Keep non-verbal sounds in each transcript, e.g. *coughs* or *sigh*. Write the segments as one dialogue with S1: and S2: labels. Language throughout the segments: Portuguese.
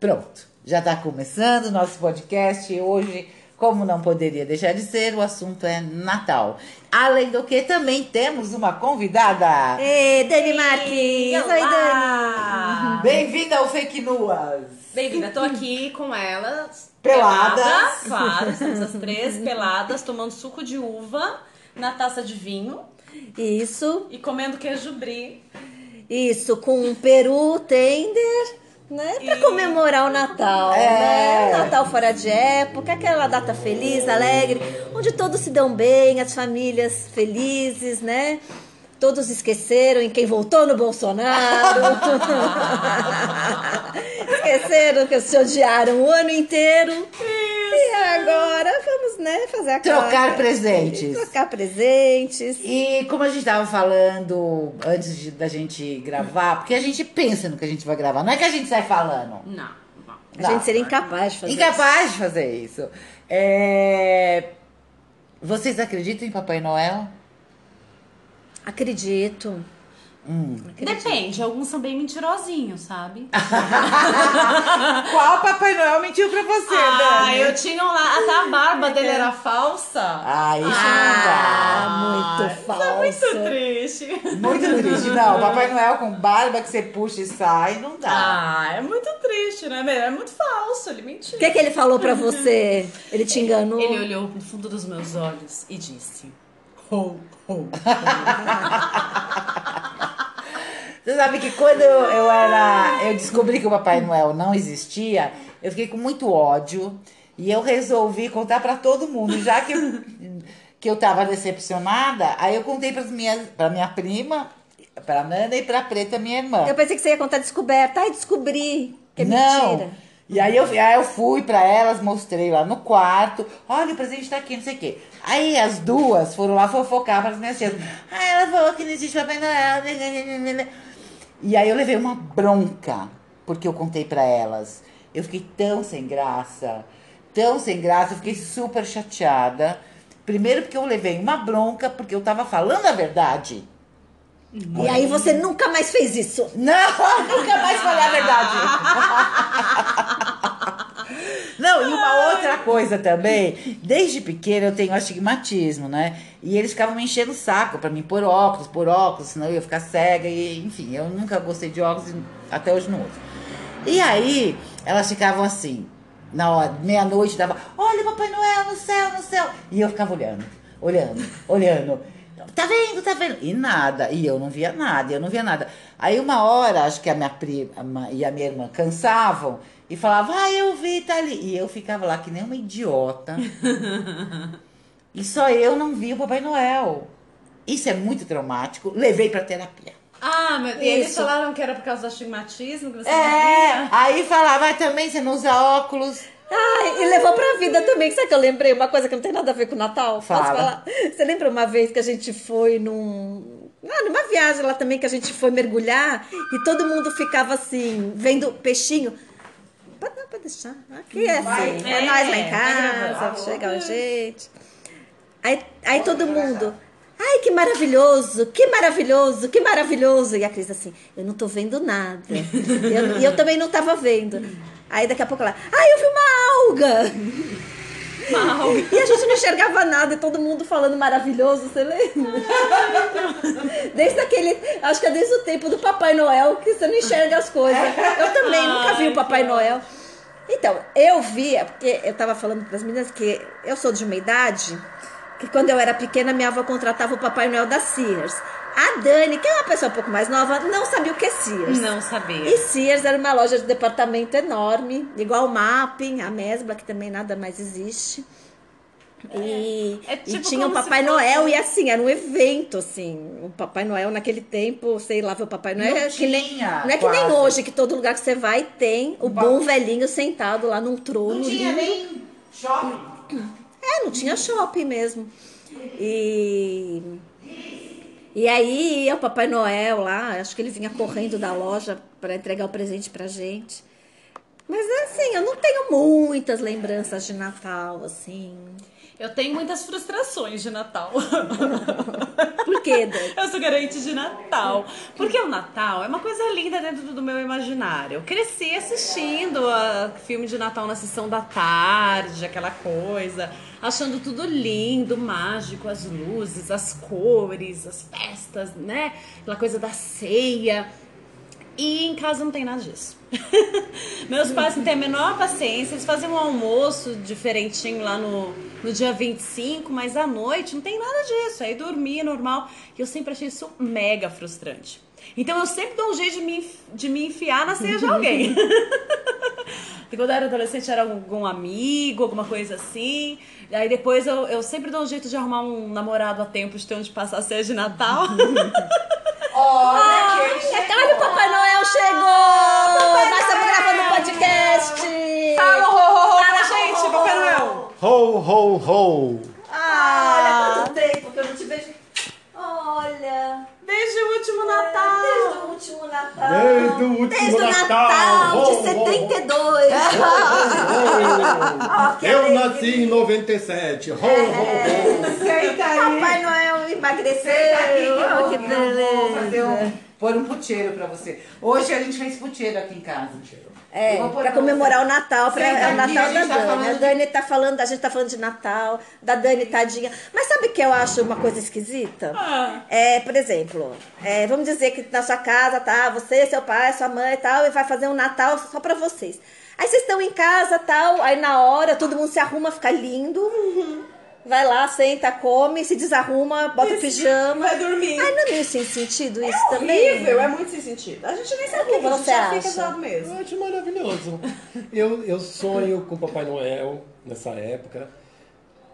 S1: Pronto, já está começando o nosso podcast e hoje, como não poderia deixar de ser, o assunto é Natal. Além do que, também temos uma convidada.
S2: Ê, Dani Marques! Oi, Dani!
S3: Olá!
S1: Bem-vinda ao Fake Nuas.
S3: *laughs* Bem-vinda, tô aqui com elas.
S1: Peladas.
S3: Peladas, Claro, estamos as três peladas, tomando suco de uva na taça de vinho
S2: Isso,
S3: e comendo queijo brie.
S2: isso, com um peru tender, né? Pra
S3: E-
S2: comemorar o Natal,
S1: É.
S2: né? O Natal fora de época, aquela data feliz, alegre, onde todos se dão bem, as famílias felizes, né? Todos esqueceram em quem voltou
S1: *laughs*
S2: no Bolsonaro. esqueceram que se odiaram o ano inteiro. E agora vamos, né, fazer a
S1: Trocar
S2: clara.
S1: presentes.
S2: Trocar presentes.
S1: E como a gente estava falando antes de- da gente gravar, porque a gente pensa no que a gente vai gravar, não é que a gente sai falando.
S3: Não, não.
S2: A
S1: Não,
S2: gente seria incapaz de fazer
S1: Incapaz de fazer isso. É, Vocês acreditam em Papai Noel?
S2: isso. Acredito.
S3: Depende, alguns são bem mentirosinhos, sabe?
S1: Qual Papai Noel mentiu pra você,
S3: ah, eu tinha um lá, até a barba dele era falsa.
S1: Ah, isso
S2: Ah, é um muito falso.
S3: Muito triste.
S1: não dá. Muito triste. Não, Papai Noel com barba que você puxa e sai, não dá.
S3: Ah, é muito triste, né? É muito falso, ele mentiu.
S2: O que, é que ele falou pra você? Ele te enganou?
S3: Ele olhou no fundo dos meus olhos e disse: Ho, ho.
S1: Você sabe que quando eu era. Eu descobri que o Papai Noel não existia, eu fiquei com muito ódio. E eu resolvi contar pra todo mundo, já que eu, que eu tava decepcionada. Aí eu contei pras minhas, pra minha prima, pra Nanda e pra Preta, minha irmã.
S2: Eu pensei que você ia contar descoberta. Ai, descobri. Que é
S1: não.
S2: mentira.
S1: E aí eu, aí eu fui pra elas, mostrei lá no quarto. Olha, o presente tá aqui, não sei o quê. Aí as duas foram lá fofocar pras minhas tias. Ah, ela falou que não existe Papai Noel. né, né, né, né, né." E aí eu levei uma bronca, porque eu contei pra elas. Eu fiquei tão sem graça, tão sem graça, eu fiquei super chateada. Primeiro porque eu levei uma bronca, porque eu tava falando a verdade.
S2: E aí você nunca mais fez isso.
S1: Não, *laughs* nunca mais falei a verdade. *laughs* Não, e uma outra coisa também. Desde pequena eu tenho astigmatismo, né? E eles ficavam me enchendo o saco pra mim pôr óculos, pôr óculos, senão eu ia ficar cega. E, enfim, eu nunca gostei de óculos e até hoje não uso. E aí, elas ficavam assim, na hora, meia-noite, dava, olha o Papai Noel no céu, no céu. E eu ficava olhando, olhando, olhando. Tá vendo, tá vendo? E nada. E eu não via nada, eu não via nada. Aí uma hora, acho que a minha prima e a minha irmã cansavam e falavam, ah, eu vi, tá ali. E eu ficava lá que nem uma
S3: *laughs*
S1: idiota. e só eu não vi o Papai Noel. Isso é muito traumático. Levei pra terapia.
S3: Ah, mas eles
S2: Isso.
S3: falaram que era por causa do astigmatismo que você não
S1: É, aí falava, "Ah, também você não usa óculos.
S2: Ai, e levou pra vida também. Sabe que eu lembrei uma coisa que não tem nada a ver com o Natal? Posso
S1: Fala.
S2: falar? Você lembra uma vez que a gente foi num. Ah, numa viagem lá também que a gente foi mergulhar e todo mundo ficava assim, vendo peixinho. Pode, não, pode deixar. Aqui é assim.
S3: Vai,
S2: é
S3: é,
S2: nós lá em
S3: tá
S2: casa.
S3: gravando.
S2: chega a gente. Aí, aí todo mundo. Ai, que maravilhoso, que maravilhoso, que maravilhoso. E a Cris assim, eu não tô vendo
S3: *laughs*
S2: nada. Eu- E eu, também não tava vendo. Aí daqui a pouco ela, ai, eu vi uma alga.
S3: Mal.
S2: E a gente não enxergava nada, e todo mundo falando maravilhoso, você lembra? Desde aquele, acho que é desde o tempo do Papai Noel que você não enxerga as coisas. Eu também nunca vi o Papai Noel. Então, eu via, porque eu tava falando pras meninas que eu sou de uma idade que quando eu era pequena, minha avó contratava o Papai Noel da Sears. A Dani, que é uma pessoa um pouco mais nova, não sabia o que é Sears.
S3: Não sabia.
S2: E Sears era uma loja de departamento enorme, igual o Mapping, a Mesbla, que também nada mais existe. E,
S3: É. É
S2: e
S3: tipo
S2: tinha o
S3: como se
S2: Papai
S3: fosse-
S2: Noel, e assim, era um evento, assim. O Papai Noel naquele tempo, sei lá, ver o Papai Noel.
S1: Não
S2: é que nem,
S1: tinha,
S2: não é que nem
S1: quase.
S2: hoje, que todo lugar que você vai tem o
S1: pa-
S2: bom velhinho sentado lá num trono. lindo.
S1: nem shopping.
S2: É, não tinha shopping mesmo. E. E aí ia o Papai Noel lá, acho que ele vinha correndo da loja para entregar o presente pra gente. Mas assim, eu não tenho muitas lembranças de Natal, assim.
S3: Eu tenho muitas frustrações de Natal. *laughs*
S2: Por quê, *laughs* Dani?
S3: Eu sou garante de Natal. Porque o Natal é uma coisa linda dentro do meu imaginário. Eu cresci assistindo a filme de Natal na sessão da tarde, aquela coisa, achando tudo lindo, mágico, as luzes, as cores, as festas, né? Aquela coisa da ceia. E em casa não tem nada disso. *laughs* Meus pais não têm a menor paciência, eles fazem um almoço diferentinho lá no, no dia 25, mas à noite não tem nada disso. Aí dormir é normal. E eu sempre achei isso mega frustrante. Então eu sempre dou um jeito de me, enf- de me enfiar na ceia de *laughs* alguém. Porque Quando eu era adolescente era algum amigo, alguma coisa assim. Aí depois eu, eu sempre dou um jeito de arrumar um namorado a tempo de ter onde passar a ceia de *laughs* Natal.
S4: Olha quem
S2: Olha, o Papai Noel chegou! Nós estamos gravando um podcast!
S3: Fala, ho, ho, ho, pra gente, Papai Noel!
S5: Ho, ho, ho!
S4: Olha
S2: Ah.
S4: quanto tempo que eu não te vejo.
S2: Olha! tá
S3: Desde o
S6: É.
S3: último Natal!
S2: Desde o último Natal!
S5: Desde o último
S2: Desde o
S5: Natal,
S2: Natal de
S5: ho, ho, ho.
S2: 72! *laughs*
S5: Ho, ho. Eu nasci em 97. Ho,
S2: É.
S5: ho, ho!
S4: Senta aí.
S2: Papai Noel emagreceu!
S4: Senta aqui que eu
S2: Oh,
S4: vou-
S2: que
S4: eu vou fazer
S2: beleza!
S4: um, pôr um puteiro pra você. Hoje a gente fez puteiro aqui em casa.
S2: É,
S4: Eu vou pôr
S1: um
S2: pra comemorar o Natal, pra,
S4: Senta
S2: é o
S4: aqui, a
S2: Natal da
S4: gente tá
S2: Dani.
S4: falando
S2: a
S4: de-
S2: Dani tá falando, a gente tá falando de Natal, da Dani tadinha. Mas sabe o que eu acho uma coisa esquisita? É, por exemplo, é, vamos dizer que na sua casa tá você, seu pai, sua mãe e tal, e vai fazer um Natal só pra vocês. Aí vocês estão em casa tal, aí na hora todo mundo se arruma, fica lindo. Vai lá, senta, come, se desarruma, bota o pijama.
S6: vai dormir.
S2: Ai, não é meio sem sentido isso também?
S6: Horrível, é muito sem sentido. A gente nem sabe
S2: que
S6: o que a gente
S2: você
S6: já
S2: acha?
S6: fica zoado mesmo.
S5: Eu acho maravilhoso. Eu, eu sonho com o Papai Noel nessa época.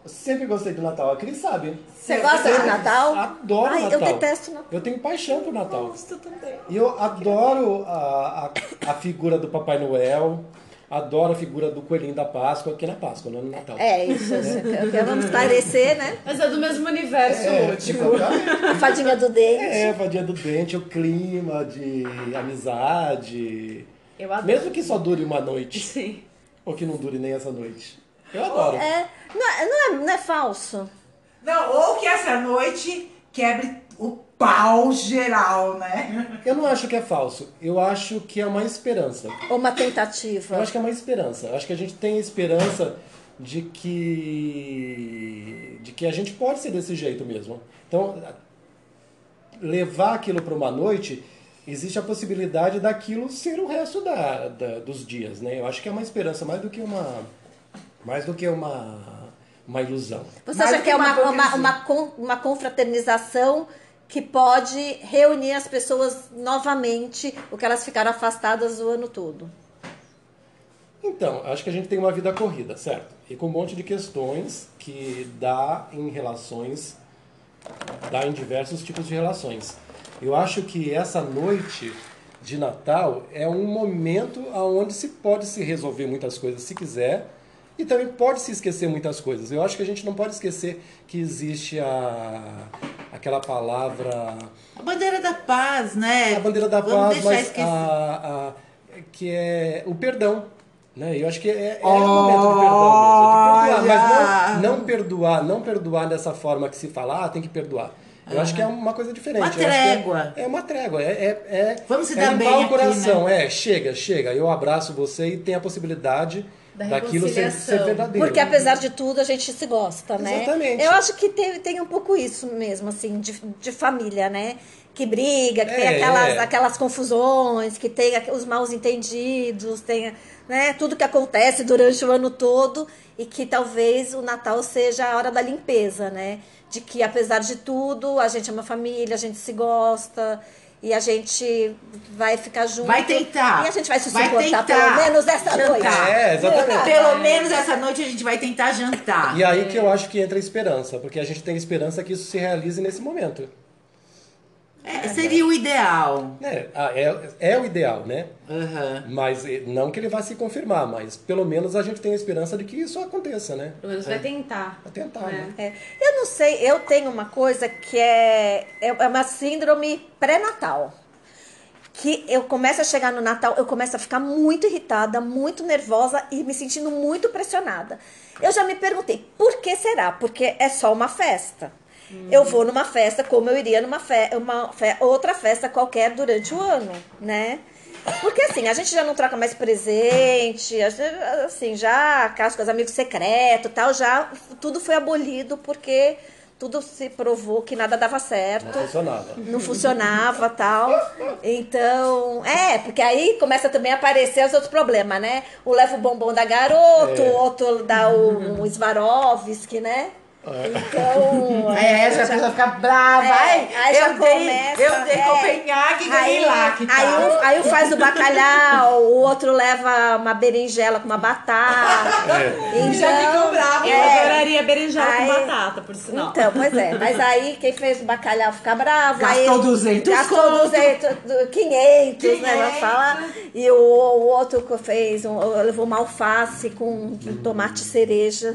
S5: Eu sempre gostei do Natal, a Cris sabe.
S2: Você gosta de Natal?
S5: Adoro
S2: Ai,
S5: Natal.
S2: eu detesto Natal.
S5: Eu tenho paixão por Natal.
S6: Gosto também.
S5: E eu adoro a, a, a figura do Papai Noel, adoro a figura do Coelhinho da Páscoa, que é na Páscoa, não é no Natal.
S2: É, isso, isso que vamos esclarecer, né?
S3: Mas é tipo, do mesmo universo
S5: É,
S3: lúdico.
S5: exatamente.
S2: A fadinha do dente.
S5: É, vadia do dente, o clima de amizade.
S3: Eu adoro.
S5: Mesmo que só dure uma noite,
S3: Sim.
S5: ou que não dure nem essa noite. Eu adoro.
S2: É, não, é, não, é, não é falso?
S4: Não, ou que essa noite quebre o pau geral, né?
S5: Eu não acho que é falso, eu acho que é uma esperança.
S2: Ou uma
S5: Eu
S2: tentativa?
S5: acho que é uma esperança. Eu acho que a gente tem a esperança de que de que a gente pode ser desse jeito mesmo. Então, levar aquilo para uma noite, existe a possibilidade daquilo ser o resto da, da- dos dias, né? Eu acho que é uma esperança mais do que uma mais do que uma uma ilusão.
S2: Você
S4: Mais
S2: acha
S4: do
S2: que é
S4: que uma
S2: uma, uma,
S4: hipocrisia.
S2: uma, con- uma confraternização que pode reunir as pessoas novamente, o que elas ficaram afastadas o ano todo?
S5: Então, acho que a gente tem uma vida corrida, certo? E com um monte de questões que dá em relações, dá em diversos tipos de relações. Eu acho que essa noite de Natal é um momento onde se pode se resolver muitas coisas se quiser e também pode se esquecer muitas coisas. Eu acho que a gente não pode esquecer que existe a, aquela palavra
S4: A bandeira da paz, né?
S5: a bandeira da
S4: Vamos
S5: paz,
S4: deixar
S5: mas
S4: esquecido.
S5: a, a- que é o perdão. Né? E Eu acho que é, é
S4: Olha!
S5: o momento de perdão mesmo, é de perdoar, mas não, não perdoar, não perdoar dessa forma que se fala, ah, tem que perdoar. Eu acho que é uma coisa diferente.
S4: Ah. Uma
S5: eu acho que é-
S4: trégua.
S5: É, uma trégua. É, é, é-
S4: Vamos se
S5: é
S4: dar
S5: limpar
S4: bem
S5: o
S4: aqui, né?
S2: *laughs*
S5: coração. É, chega, chega. Eu abraço você e tem a possibilidade
S3: Da
S5: daquilo ser, ser
S3: reconciliação.
S5: verdadeiro. né?
S2: Porque apesar de tudo, a gente se gosta, né?
S5: Exatamente.
S2: Eu acho que tem, tem um pouco isso mesmo, assim, de, de família, né? Que briga, que tem
S5: É,
S2: aquelas,
S5: é.
S2: aquelas confusões, que tem aqu- os maus entendidos, tem né, tudo que acontece durante o ano todo e que talvez o Natal seja a hora da limpeza, né? De que apesar de tudo, a gente é uma família, a gente se gosta e a gente vai ficar junto.
S4: Vai tentar.
S2: E a gente vai se
S4: Vai
S2: suportar pelo
S4: tentar
S2: menos essa noite.
S4: jantar.
S5: É,
S4: *laughs*
S5: exatamente.
S4: Pelo menos essa noite a gente vai tentar jantar.
S5: E aí que eu acho que entra a esperança, porque a gente tem esperança que isso se realize nesse momento.
S4: É, seria o ideal.
S5: É, ah, é, é o ideal, né?
S4: Aham.
S5: Mas eh, não que ele vá se confirmar, mas pelo menos a gente tem a esperança de que isso aconteça, né?
S3: Pelo menos vai tentar.
S5: Vai tentar, né?
S2: É. Eu não sei, eu tenho uma coisa que é, é uma síndrome é pré-natal. que eu começo a chegar no Natal, eu começo a ficar muito irritada, muito nervosa e me sentindo muito pressionada. Eu já me perguntei, por que será? Porque é só uma festa. Eu vou numa festa como eu iria numa fe uma fe- outra festa qualquer durante o ano, né? Porque assim, a gente já não troca mais presente, a gente, assim, já cascas, amigos secreto, tal, já tudo foi abolido porque tudo se provou que nada dava certo
S5: Não funcionava.
S2: não funcionava tal. Então, é, porque aí começa também a aparecer os outros problemas, né? O leva o bombom da garoto, o outro dá o, o Swarovski, né? Então.
S1: Aí, aí já a É, pessoa fica brava.
S2: É,
S1: ai,
S2: aí já
S1: eu dei,
S2: começa,
S1: eu dei
S2: é.
S1: Copenhague e ganhei lá. Que tá.
S2: aí,
S1: tal?
S2: um, aí um faz o bacalhau, o outro leva uma berinjela com uma batata. Então,
S1: Já ficou bravo.
S3: Eu
S2: é.
S3: adoraria berinjela
S2: Aí-
S3: com batata, por sinal.
S2: Então, pois é. Mas aí quem fez o bacalhau fica bravo.
S1: Gastou
S2: aí,
S1: 200
S2: Gastou
S1: conto.
S2: 200, du- 500, né? Ela fala. E o, o outro que fez, um, levou uma alface com tomate cereja.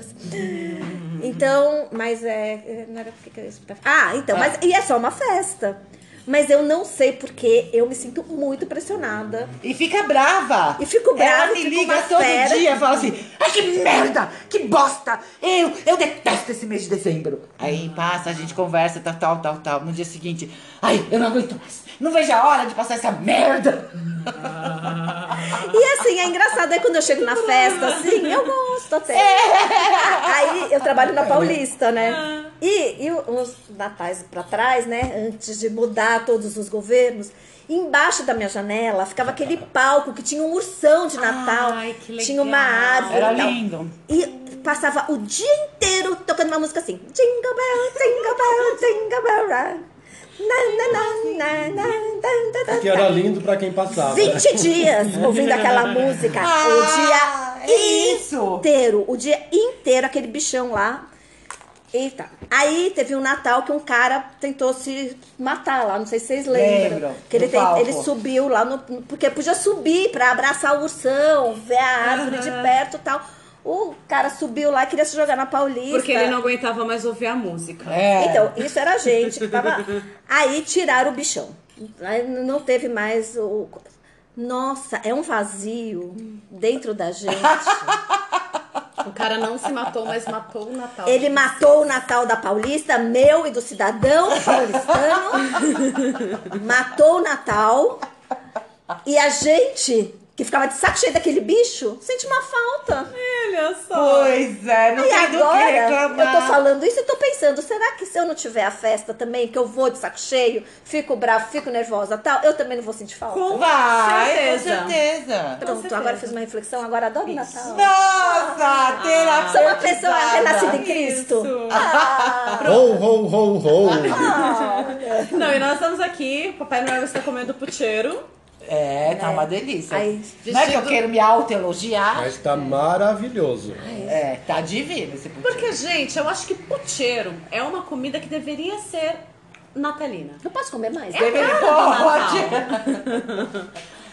S2: Então, mas é... Não era porque que eu ia explicar. Ah, então. Mas, e é só uma festa. Mas eu não sei porque eu me sinto muito pressionada.
S1: E fica brava.
S2: E fico brava,
S1: Ela me
S2: fico
S1: liga
S2: uma
S1: todo
S2: fera.
S1: dia e fala assim: ai que merda, que bosta, eu, eu detesto esse mês de dezembro.
S2: Ah.
S1: Aí passa, a gente conversa, tal, tal, tal, tal. No dia seguinte, ai, eu não aguento mais, não vejo a hora de passar essa merda.
S2: E assim, é engraçado, aí quando eu chego na festa, assim, eu gosto até. Aí eu trabalho na Paulista, né? E, e uns natais pra trás, né? Antes de mudar todos os governos, embaixo da minha janela ficava aquele palco que tinha um ursão de Natal.
S3: Ai, que legal.
S2: Tinha uma árvore.
S1: Era
S2: e tal.
S1: lindo.
S2: E passava o dia inteiro tocando uma música assim. Jingle bell, jingle bell, jingle bell. rock. Na, na, na, na, na, na, na, na,
S5: É, Que era lindo pra quem passava. né?
S2: 20 dias ouvindo aquela música.
S1: Ah,
S2: o dia
S1: é isso.
S2: inteiro. O dia inteiro, aquele bichão lá. Eita. Aí teve um Natal que um cara tentou se matar lá. Não sei se vocês lembram.
S1: Lembro,
S2: que ele,
S1: no
S2: tem-
S1: palco.
S2: ele subiu lá no. no- Porque podia subir pra abraçar o ursão, ver a árvore de perto e tal. O cara subiu lá e queria se jogar na Paulista.
S3: Porque ele não aguentava mais ouvir a música.
S1: É.
S2: Então, isso era a gente que tava lá. Aí tiraram o bichão. Aí não teve mais o. Nossa, é um vazio dentro da gente.
S3: O cara não se matou, mas matou o Natal.
S2: Ele matou o Natal da Paulista, meu e do cidadão paulistano. matou o Natal. E a gente, que ficava de saco cheio daquele bicho, sente uma falta.
S3: Olha só.
S1: pois é, não
S2: E
S1: tem do que
S2: agora, eu
S1: reclamar.
S2: tô falando isso e tô pensando, será que se eu não tiver a festa também, que eu vou de saco cheio, fico bravo, fico nervosa tal, eu também não vou sentir falta?
S1: Vai,
S3: certeza.
S1: com certeza.
S2: Pronto, agora fiz uma reflexão, agora adoro Natal.
S1: Nossa, terapia.
S2: Então, ah, Sou uma pessoa renascida em Cristo. Ah.
S3: Isso.
S5: Ho, ho, ho, ho.
S1: *laughs*
S3: Não, e nós estamos aqui, o Papai Noel está comendo puteiro.
S1: É, tá uma delícia.
S2: Aí,
S1: não é que eu
S3: vestido-
S1: quero me autoelogiar.
S5: Mas tá maravilhoso.
S1: É, tá divino esse pudim.
S3: Porque, gente, eu acho que puteiro é uma comida que deveria ser natalina.
S2: Eu posso comer mais?
S3: É a
S1: Deveria-
S3: cara do
S1: Pode.
S3: Natal.
S1: *laughs*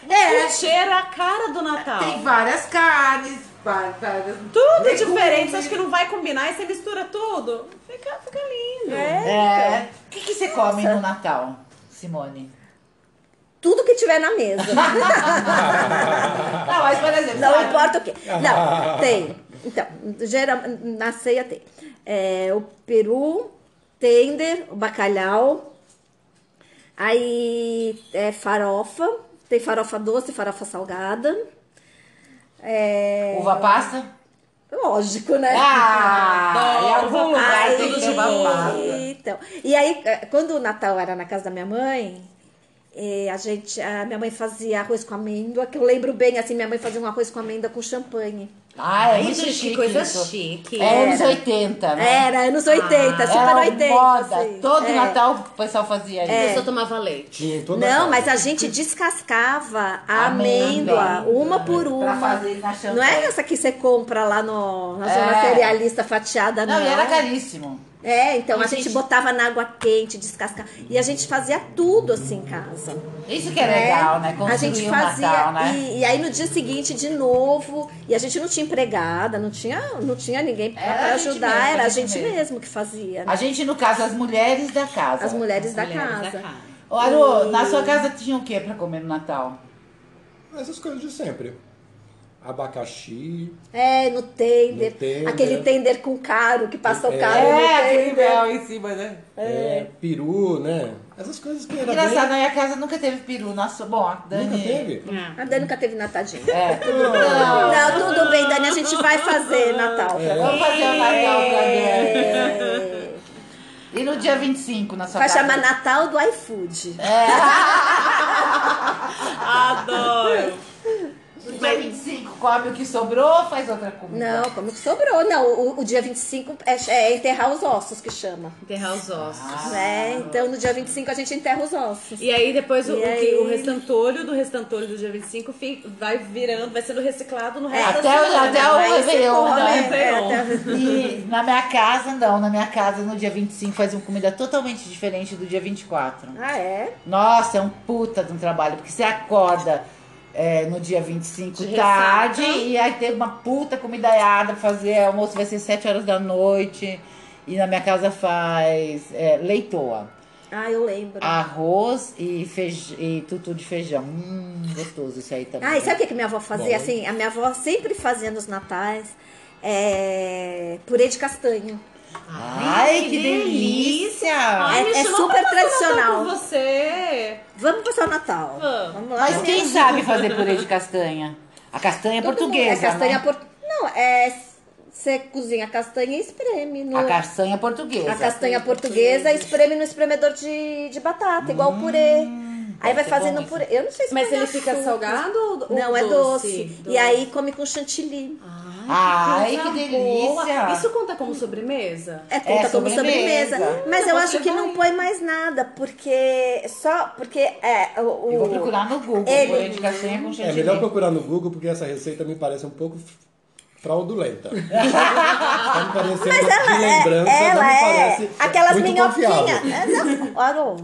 S1: É,
S3: Puteiro é a cara do Natal.
S1: tem várias carnes, va- várias...
S3: Tudo
S1: legumes.
S3: diferente, você acha que não vai combinar e você mistura tudo? Fica, fica lindo.
S1: É. O que, que você come no Natal, Simone?
S2: Tudo que tiver na mesa.
S1: *laughs* Não, mas por exemplo...
S2: Não
S1: sabe-
S2: importa o quê. Não, tem. Então, geral, na ceia tem. É, o peru, tender, o bacalhau. Aí é farofa. Tem farofa doce, farofa salgada. É,
S1: Uva passa?
S2: lógico,
S1: É.
S2: né? *laughs*
S1: Ah, em algum
S3: uva
S1: lugar
S3: passa,
S1: tem
S3: tudo
S1: que
S3: de
S1: ter
S3: uva
S1: uva
S3: passa.
S1: passa.
S2: Então, e aí, eh, quando o Natal era na casa da minha mãe, eh, a gente, a minha mãe fazia arroz com amêndoa, que eu lembro bem, assim, minha mãe fazia um arroz com amêndoa com champanhe.
S1: Ah, é
S3: Ai,
S1: muito
S3: gente,
S1: chique
S3: que coisa
S1: isso.
S3: chique.
S1: É anos 80, né?
S2: Era, anos 80, É, super
S1: Ah. Era
S2: 80.
S1: moda.
S2: assim.
S1: Todo
S2: É.
S1: Natal o pessoal fazia isso.
S3: A pessoa tomava leite.
S5: Tinha em toda a
S2: Não,
S5: casa.
S2: mas a gente descascava a
S1: Amêndoa.
S2: amêndoa, uma por
S1: Pra
S2: uma.
S1: fazer na champanhe.
S2: Não é essa que você compra lá no, na zona
S1: É.
S2: cerealista fatiada, não.
S1: Não, e era caríssimo.
S2: É, então
S3: E
S2: a gente,
S3: gente-
S2: botava na água quente, descascava. E a gente fazia tudo assim em casa.
S1: Isso que é legal, né? Construir
S2: A gente
S1: o
S2: fazia.
S1: Natal, né?
S2: e, e aí no dia seguinte, de novo, e a gente não tinha empregada, não tinha, não tinha ninguém pra,
S1: Era
S2: pra
S1: a gente
S2: ajudar,
S1: mesmo,
S2: era
S1: a
S2: a
S1: gente
S2: gente
S1: mesmo.
S2: mesmo, que fazia. né?
S1: A gente, no caso, as Hum. mulheres da casa.
S2: As mulheres, da,
S3: Mulheres
S2: casa.
S3: da casa.
S1: Ô, Aru, na sua casa tinha o que pra comer no Natal?
S5: Essas coisas de sempre. Abacaxi,
S2: É, no tender.
S5: No tender.
S2: Aquele tender com caro, que passa o
S5: É.
S2: caro né? no
S1: É, aquele
S2: tender.
S1: mel em cima, né?
S5: é, peru, né? Essas coisas que era
S1: Engraçado,
S5: bem...
S1: na minha casa nunca teve peru. Na sua... Bom, a Dani...
S5: Nunca teve?
S2: A Dani nunca teve natadinha.
S1: É,
S5: *laughs*
S1: tudo bem.
S2: Não, tudo bem, Dani, a gente vai fazer Natal.
S1: Vamos fazer o Natal pra Dani.
S2: É.
S1: E no dia 25, na sua
S2: Vai
S1: casa? É.
S2: chamar Natal do iFood.
S3: Ah,
S1: *laughs*
S3: Adoro.
S1: No dia 25, come o que sobrou, faz outra comida.
S2: Não, como que sobrou? Não, o, o dia 25 é, é enterrar os ossos que chama.
S3: Enterrar os ossos.
S2: Né? Então no dia 25 a gente enterra os ossos.
S3: E aí depois o,
S2: E
S3: o que-
S2: aí?
S3: o restantolho do restantolho do dia 25 fi- vai virando, vai sendo reciclado no resto
S1: É, Até,
S3: da
S1: o-
S3: semana.
S1: até o
S2: Aí você
S1: Réveillon,
S2: come,
S1: né?
S2: é, até-
S1: E na minha casa, não. Na minha casa, no dia 25, faz uma comida totalmente diferente do dia 24.
S2: Ah, é?
S1: Nossa, é um puta de um trabalho, porque você acorda é, no dia 25
S3: De
S1: tarde
S3: ressaca.
S1: e aí tem uma puta comidaiada pra fazer. Almoço vai ser 7 horas da noite. E na minha casa faz é, leitoa.
S2: Ah, eu lembro. Ah,
S1: Arroz e, feij... e tutu de feijão. Hum, gostoso isso aí também.
S2: e sabe o que que minha avó fazia?
S5: Bom.
S2: Assim, a minha avó sempre fazia nos natais é, purê de castanho.
S1: Ai, que delícia!
S3: Ai, me
S2: É- é
S3: chama
S2: super
S3: pra passar o Natal
S2: tradicional.
S3: com você.
S2: Vamos passar o Natal.
S3: Vamos.
S2: lá.
S1: Mas
S2: vamos.
S1: quem sabe fazer purê de castanha? A castanha é
S2: Todo mundo-
S1: portuguesa,
S2: É castanha
S1: né?
S2: por... Não, é... Você cozinha a castanha e espreme. No...
S1: A castanha é portuguesa.
S2: A castanha portuguesa espreme no espremedor de, de batata, igual o purê. Aí vai
S1: Hum, ser
S2: fazendo
S1: bom
S2: purê. Eu não sei se
S3: Mas
S2: põe
S3: ele fica
S2: açúcar.
S3: salgado ou- ou
S2: Não, é doce.
S3: doce?
S2: E
S3: Doce.
S2: aí come com chantilly.
S1: Ai,
S3: coisa
S1: que delícia!
S3: boa. Isso conta como sobremesa?
S2: É conta
S1: É,
S2: como
S1: sobremesa.
S2: sobremesa.
S1: Hum,
S2: Mas
S3: eu
S2: eu
S3: vou
S2: acho que
S3: chegar
S2: não
S3: aí.
S2: põe mais nada, porque só porque é o, o-
S1: Eu vou procurar no Google,
S2: Ele-
S1: purê de castanha com chantilly.
S5: É melhor procurar no Google, porque essa receita me parece um pouco f-
S2: *laughs*
S5: fraudulenta. tá me parecendo
S2: Mas ela
S5: de lembrança,
S2: é,
S5: não me
S2: ela é
S5: parece
S2: aquelas
S5: muito
S2: minhoquinhas.
S5: confiável.
S2: É, não, Aron.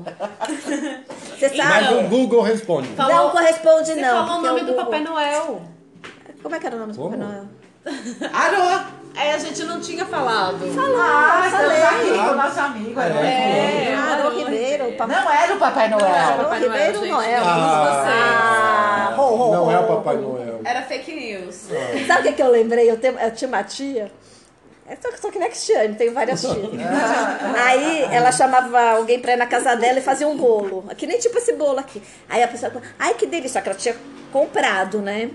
S2: Você
S5: Mas
S2: sabe?
S5: o Google responde.
S3: Fala-
S2: Não corresponde,
S3: Você
S2: não.
S3: falou o
S2: porque
S3: nome do
S2: Google-
S3: Papai Noel.
S5: Então,
S2: Como é que era o nome do
S5: Como?
S2: Papai Noel?
S1: Arô!
S3: É, a gente não tinha falado.
S1: Ah, estamos
S2: falei.
S1: aqui com o nosso amigo Arô.
S5: É.
S3: É,
S2: Ah,
S3: não,
S2: o Ribeiro, o Papai
S1: Não era o Papai Noel.
S2: Noel.
S3: Papai
S2: O Ribeiro
S3: Noel,
S2: não
S3: gente,
S2: é.
S3: não somos
S2: Ah, ho, ho,
S5: Ah, não é o
S2: ho.
S5: Papai Noel.
S3: Era fake *laughs* news.
S2: Sabe o que, que eu lembrei? Eu, tenho, eu tinha uma tia. Eu sou, sou que nem a Cristiane, tenho várias tias. Aí ela chamava alguém pra ir na casa dela e fazia um bolo. Que nem tipo esse bolo aqui. Aí a pessoa falou, ai que delícia, só que ela tinha comprado, né?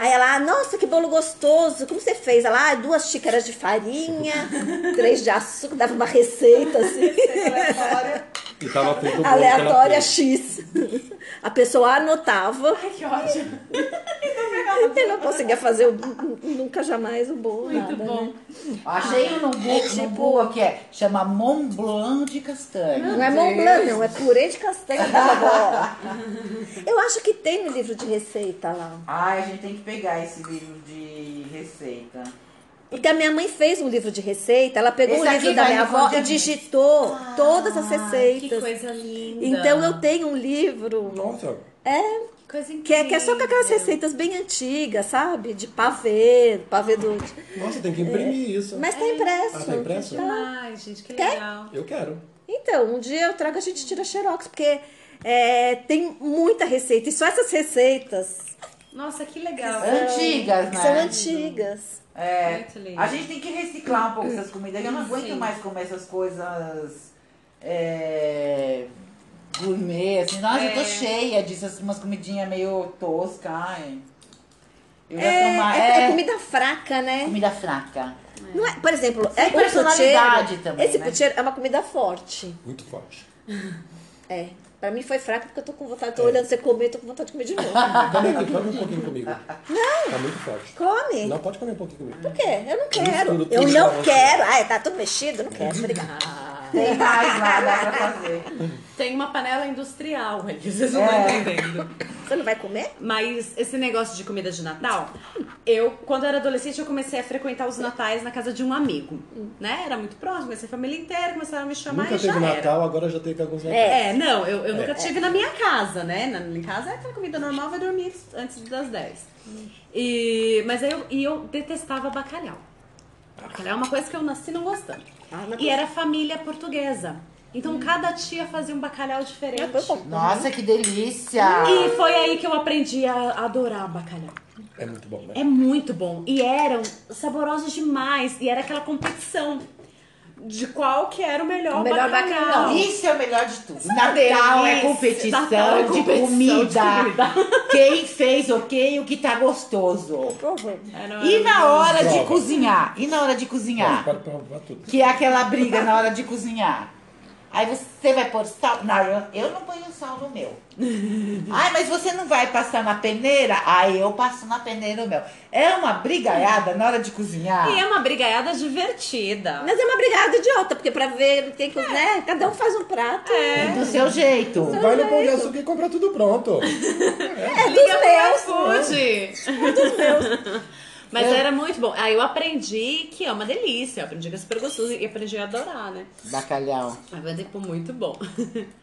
S2: Aí ela, "Ah, nossa, que bolo gostoso, como você fez? Ela, ah, duas xícaras de farinha, três de açúcar, dava uma receita assim.
S5: E tá tava feito o bolo que ela
S2: É aleatória
S5: fez.
S2: X. *laughs* A pessoa anotava. Ai, que ódio. *laughs* Eu não conseguia fazer o- nunca jamais o bolo. né? Muito bom.
S1: Achei um no Google,
S2: tipo
S1: no Google que é, chama Mont Blanc de castanha.
S2: Não é Mont Blanc, não. É purê de castanha da vovó. Eu acho que tem no livro de receita lá.
S1: Ai, a gente tem que pegar esse livro de receita.
S2: Porque a minha mãe fez um livro de receita. Ela pegou
S1: Esse
S2: o
S1: aqui
S2: livro da
S1: vai
S2: minha
S1: no
S2: avó e
S1: congelamento.
S2: digitou todas as
S3: Que
S2: receitas.
S3: coisa linda.
S2: então eu tenho um livro
S5: Nossa,
S3: Que Coisa incrível.
S2: que é, que é só com aquelas receitas bem antigas, sabe? De pavê, pavê do.
S5: nossa, tem que imprimir isso.
S2: Mas tá impresso.
S5: Ah, tá impresso?
S3: Ai, gente, que legal.
S5: Eu quero.
S2: Então, um dia eu trago a gente tira xerox, porque é, tem muita receita. E só essas receitas
S3: Nossa, que legal.
S1: Antigas, né?
S2: são antigas.
S1: É,
S3: Muito lindo.
S1: a gente tem que reciclar um pouco essas comidas. Eu não aguento mais comer essas coisas é, gourmet, assim. Nossa, eu tô
S3: É.
S1: cheia disso, assim, umas comidinhas meio tosca. Ai. Eu já
S2: É,
S1: tô mais-
S2: é- é
S1: é,
S2: comida fraca, né?
S1: comida fraca.
S2: Não é, por exemplo, é
S1: Sem personalidade
S2: puteiro,
S1: também,
S2: Esse
S1: né?
S2: puteiro é uma comida forte.
S5: Muito forte.
S2: É. Pra mim foi fraca porque eu tô com
S1: É.
S2: vontade, tô olhando você comer, tô com vontade de comer de
S1: *laughs*
S2: novo.
S5: Come aqui, come um pouquinho comigo. Não. Tá muito forte.
S2: Come!
S5: Não, pode comer um pouquinho comigo.
S2: Por quê? Eu não
S5: Mistura
S2: quero.
S5: tudo
S2: Eu
S5: pra
S2: não
S5: você.
S2: quero. Ai, tá tudo mexido, não quero. Obrigada.
S1: Tem mais nada pra fazer.
S3: Tem uma panela industrial ali, vocês não
S1: É.
S3: estão entendendo.
S2: Você não vai comer?
S3: Mas esse negócio de comida de Natal, eu, quando era adolescente, eu comecei a frequentar os natais na casa de um amigo. Né? Era muito próximo, comecei a família inteira, começaram a me chamar
S5: Nunca
S3: e já
S5: teve
S3: era.
S5: Natal, agora já teve alguns Natal.
S3: É, não, eu, eu nunca tive na minha casa, né? Na minha casa é aquela comida normal, vai dormir antes das 10. E, mas aí eu, e eu detestava bacalhau. Bacalhau é uma coisa que eu nasci não gostando.
S2: Ah, não
S3: e era família portuguesa. Então cada tia fazia um bacalhau diferente.
S1: Nossa, que delícia!
S3: E foi aí que eu aprendi a adorar bacalhau.
S5: É muito bom, né?
S3: É muito bom. E eram saborosos demais. E era aquela competição de qual que era o melhor,
S2: O melhor
S3: bacalhau.
S2: bacalhau.
S1: Isso é o melhor de tudo. Natal é
S3: delícia.
S1: competição,
S3: Natal é
S1: de,
S3: competição de
S1: comida.
S3: comida.
S1: *laughs* Quem fez o quê e o que tá gostoso.
S3: Era-
S1: E na hora de
S5: Prova.
S1: cozinhar? E na hora de cozinhar?
S5: Para, para, para tudo.
S1: Que é aquela briga na hora de cozinhar. Aí você vai pôr sal. Não, eu, eu não ponho sal no meu.
S3: *laughs*
S1: Ai, mas você não vai passar na peneira? Ai, eu passo na peneira o meu. É uma brigaiada na hora de cozinhar.
S3: E é uma brigaiada divertida.
S2: Mas é uma brigada idiota, porque pra ver quem que, né? Cada um faz um prato. É,
S1: Do seu jeito.
S5: Vai no pão de açúcar e compra tudo pronto.
S2: é dos meus. É
S3: Food. *laughs* Mas era muito bom. Aí eu aprendi que é uma delícia. Eu aprendi que é super gostoso e aprendi a adorar, né?
S1: Bacalhau.
S3: Aí vai tipo muito
S2: *laughs*
S3: bom.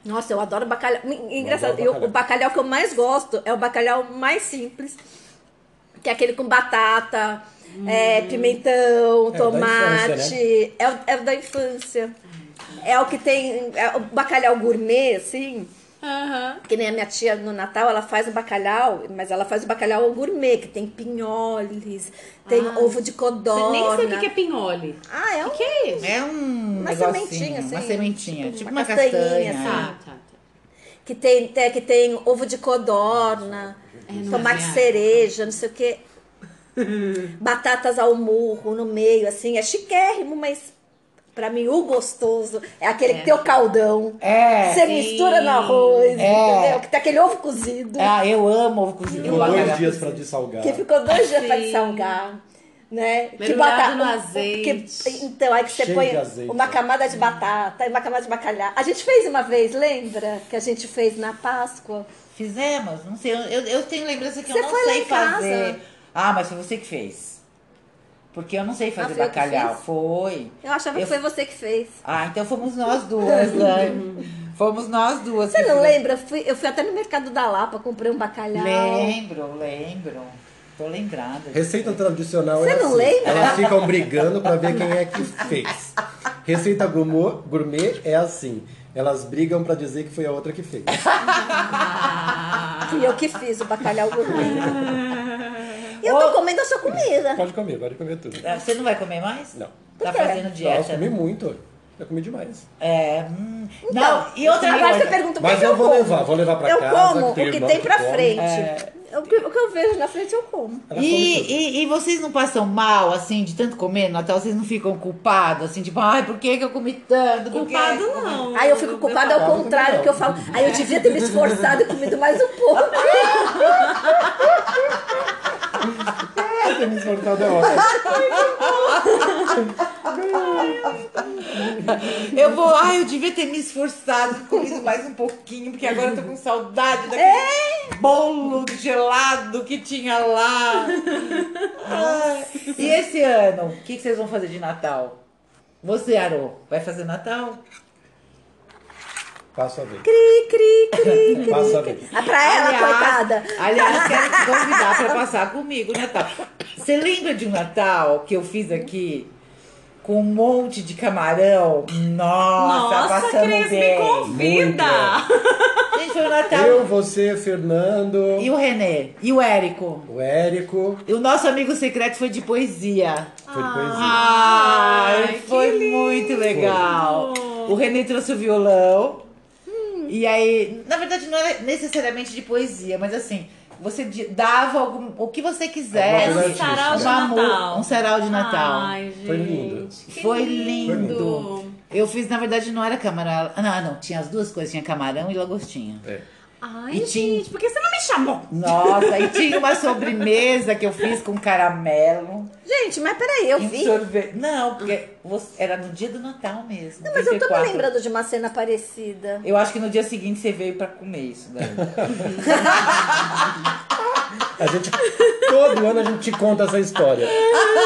S2: Nossa, eu adoro bacalhau. En- Engraçado,
S5: Eu adoro
S2: eu- o bacalhau que eu mais gosto é o bacalhau mais simples, que é aquele com batata, é,
S3: Uhum. É
S2: pimentão,
S5: da
S3: né?
S2: tomate.
S5: infância,
S2: É, o, é o da infância. É o que tem. é o bacalhau gourmet, assim.
S3: Aham.
S2: Que nem a minha tia no Natal, ela faz o bacalhau, mas ela faz o bacalhau gourmet, que tem pinholes, tem ovo de
S3: Ah. Você
S2: codorna.
S3: nem sabe o que que é pinhole.
S2: Ah, é um
S3: O que é isso?
S1: É um
S2: Uma
S1: negocinho,
S2: sementinha,
S1: Uma
S2: assim,
S1: sementinha. Tipo,
S2: tipo
S1: uma
S2: uma
S1: castanha.
S2: castanhinha,
S1: é.
S2: assim.
S3: Tá, tá,
S2: *laughs*
S3: tá.
S2: que tem, tem- que tem ovo de codorna,
S3: não
S2: tomate
S3: é.
S2: cereja, não sei o quê. Batatas ao murro no meio, assim, é chiquérrimo, mas pra mim o gostoso é aquele
S3: É.
S2: que tem o caldão.
S1: É.
S2: Você mistura no arroz,
S1: É.
S2: entendeu? Que tem aquele ovo cozido,
S3: É.
S1: Ah, eu amo ovo cozido.
S5: Ficou dois
S1: bacalhau
S5: dias pra
S1: cozido.
S5: dessalgar.
S2: que ficou dois dias pra
S3: Sim.
S2: salgar. Né? Que
S3: Mergulhado
S2: bota-
S3: no
S2: um- um-
S3: azeite.
S2: que- então, aí que você
S5: Cheio
S2: põe
S5: de azeite. é.
S2: uma camada de batata e uma camada de bacalhau. A gente fez uma vez, lembra? Que a gente fez na Páscoa.
S1: Fizemos? Não sei. Eu, eu- eu tenho lembrança que
S2: Você
S1: eu não
S2: foi lá
S1: sei
S2: em casa.
S1: fazer. Ah, mas foi você que fez. Porque eu não sei fazer
S2: Ah, foi eu que
S1: bacalhau.
S2: fiz?
S1: Foi.
S2: Eu achava
S1: Eu-
S2: que foi você que fez.
S1: Ah, então fomos nós duas,
S2: *laughs*
S1: né? fomos nós duas.
S2: Você
S1: que
S2: não
S1: fizemos.
S2: lembra? Eu fui, eu fui até no mercado da Lapa, comprei um bacalhau.
S1: Lembro, lembro. Tô lembrada.
S5: Receita tradicional
S2: Você
S5: é
S2: não
S5: assim.
S2: lembra?
S5: Elas ficam brigando pra ver quem é que fez. Receita gourmet, gourmet é assim. Elas brigam pra dizer que foi a outra que fez.
S3: Ah.
S2: Fui eu que fiz o bacalhau gourmet. e eu tô comendo a sua comida.
S5: *laughs* Pode comer, pode comer tudo.
S1: Ah, Você não vai comer mais?
S5: Não.
S1: Tá
S2: Por quê?
S1: fazendo
S5: Nossa,
S1: dieta.
S5: comi muito. Eu comi demais.
S1: É. hum.
S2: Então,
S1: não, e outra
S2: agora
S1: coisa.
S2: você pergunta por
S5: Mas
S2: que
S5: eu
S2: eu
S5: vou
S2: como.
S5: levar, vou levar pra
S2: eu
S5: casa.
S2: como o que
S5: irmão
S2: tem pra
S5: come. É.
S2: frente. O, que, o que eu vejo na frente eu como.
S5: Ela come tudo.
S1: E, e, e vocês não passam mal, assim, de tanto comer no Natal? Vocês não ficam culpados, assim, tipo, ai, por que, que eu comi tanto? Por que que
S3: Culpado
S1: eu comi
S3: não.
S2: Aí eu fico culpada ao
S5: paladar
S2: contrário,
S5: não.
S2: que eu falo, aí eu devia ter me esforçado e comido mais um
S5: *laughs*
S2: pouco.
S5: Ah, tem me esforçado, é *laughs* ótimo.
S1: Eu vou, ai, eu devia ter me esforçado,
S5: *laughs*
S1: comido mais um pouquinho, porque agora eu tô com saudade daquele
S3: É.
S1: bolo gelado que tinha
S3: *laughs*
S1: lá. Ai, E esse ano, o que, que vocês vão fazer de Natal? Você, Arô, vai fazer Natal?
S5: Passa a ver.
S2: Cri, cri, cri.
S5: Passa a ver.
S2: Ah, pra ela, coitada.
S1: Aliás, quero te convidar pra passar comigo o Natal. Você lembra de um Natal que eu fiz aqui? Com um monte de camarão. Nossa,
S3: Nossa, tá
S1: passamos
S3: Cris, me
S1: bem.
S3: convida!
S1: Gente, foi o Natal.
S5: Eu, você, Fernando,
S1: E o Renê? E o Érico?
S5: o Érico.
S1: E o nosso amigo secreto foi de poesia.
S5: Foi poesia.
S1: Ah, Ai,
S3: Ai,
S1: foi muito legal. O Renê trouxe o violão.
S2: Hum.
S1: E aí, na verdade, não era necessariamente de poesia, mas assim, você di- dava algum, o que você
S5: Alguma
S1: quisesse.
S5: coisa
S3: Um sarau de
S1: Um amor,
S3: Natal.
S1: um sarau de Natal.
S3: Ai, gente.
S5: Foi lindo.
S3: que
S1: Foi lindo. Eu fiz, na verdade, não era camarão. Não, não, tinha as duas coisas, tinha camarão e lagostinho.
S5: É.
S3: Ai,
S1: E tinha-
S3: gente, por que você não me chamou?
S1: Nossa, e tinha uma sobremesa que eu fiz com caramelo.
S2: Gente, mas peraí, eu
S1: e
S2: vi.
S1: sorvete. Não, porque você- era no dia do Natal mesmo.
S2: Não, mas eu tô me
S1: 34.
S2: lembrando de uma cena parecida.
S1: Eu acho que no dia seguinte você veio pra comer isso né? daí.
S5: A gente, todo ano a gente te conta essa história.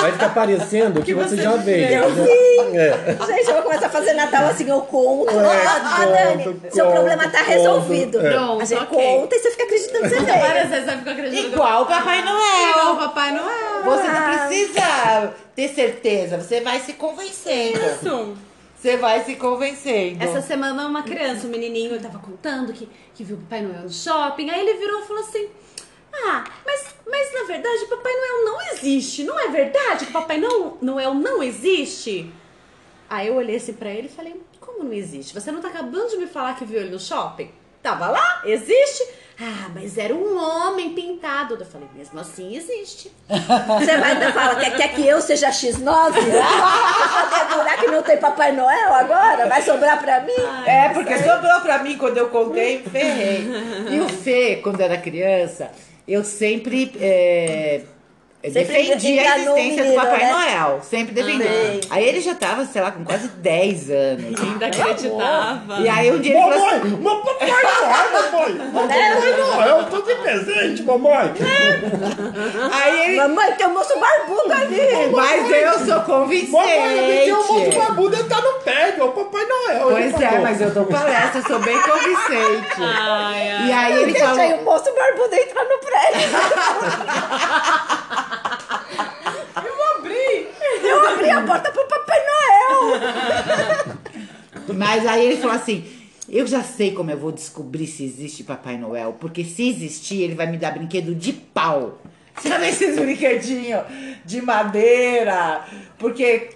S5: Vai ficar parecendo que, você, já veio. né? É.
S2: Gente, eu vou começar a fazer Natal assim, eu conto. ah,
S5: conto,
S2: Dani, seu
S5: conto,
S2: problema tá
S5: conto.
S2: resolvido.
S5: É.
S2: a gente
S3: Pronto, ok.
S2: conta e você fica acreditando que você veio.
S3: Várias vezes eu fico acreditando.
S1: Igual o Papai
S3: Igual o
S1: Noel. tá
S3: Papai é. Noel.
S1: Você não precisa ter certeza, você vai se convencendo.
S3: Isso.
S1: Você vai se convencendo.
S3: Essa semana uma criança, um menininho, tava contando que, que viu o Papai Noel no shopping. Aí ele virou e falou assim: Ah, mas, mas na verdade o Papai Noel não existe. Não é verdade que o Papai não, Noel não existe? Aí eu olhei assim pra ele e falei: Como não existe? Você não tá acabando de me falar que viu ele no shopping? Tava lá, existe. Ah, mas era um homem pintado. Eu falei, mesmo assim existe.
S2: Você vai ainda fala, quer, quer que eu seja X9? *laughs* Quer adorar que não tem Papai Noel agora? Vai sobrar pra mim?
S1: É, porque sobrou pra mim quando eu contei, ferrei. E o Fê, quando era criança, eu sempre. é, defendia a
S2: enganou o
S1: existência do
S2: menino,
S1: Papai
S2: né?
S1: Noel. Sempre defendi. Aí ele já tava, sei lá, com quase 10 anos.
S3: Ainda acreditava.
S1: E aí um dia ele falou
S5: Mamãe, meu papai Noel, mamãe! Papai Noel, tô de presente, mamãe!
S1: assim, Aí ele.
S2: Mamãe, tem um moço barbudo ali.
S1: Mas eu sou convincente.
S5: Mamãe, eu meti o monte de barbuda, ele tá no pé, é o Papai Noel.
S1: Pois
S5: ele
S1: é,
S5: falou.
S1: mas eu dou palestra, eu sou bem convincente.
S3: *laughs* Ai, ai.
S1: E aí ele
S2: Deixa aí
S1: falou.
S2: o moço barbudo entrar no
S3: *laughs*
S2: prédio. Eu abri a porta pro Papai Noel.
S1: Mas aí ele falou assim: Eu já sei como eu vou descobrir se existe Papai Noel, porque se existir, ele vai me dar brinquedo de pau.
S4: Sabe esses brinquedinhos de madeira? Porque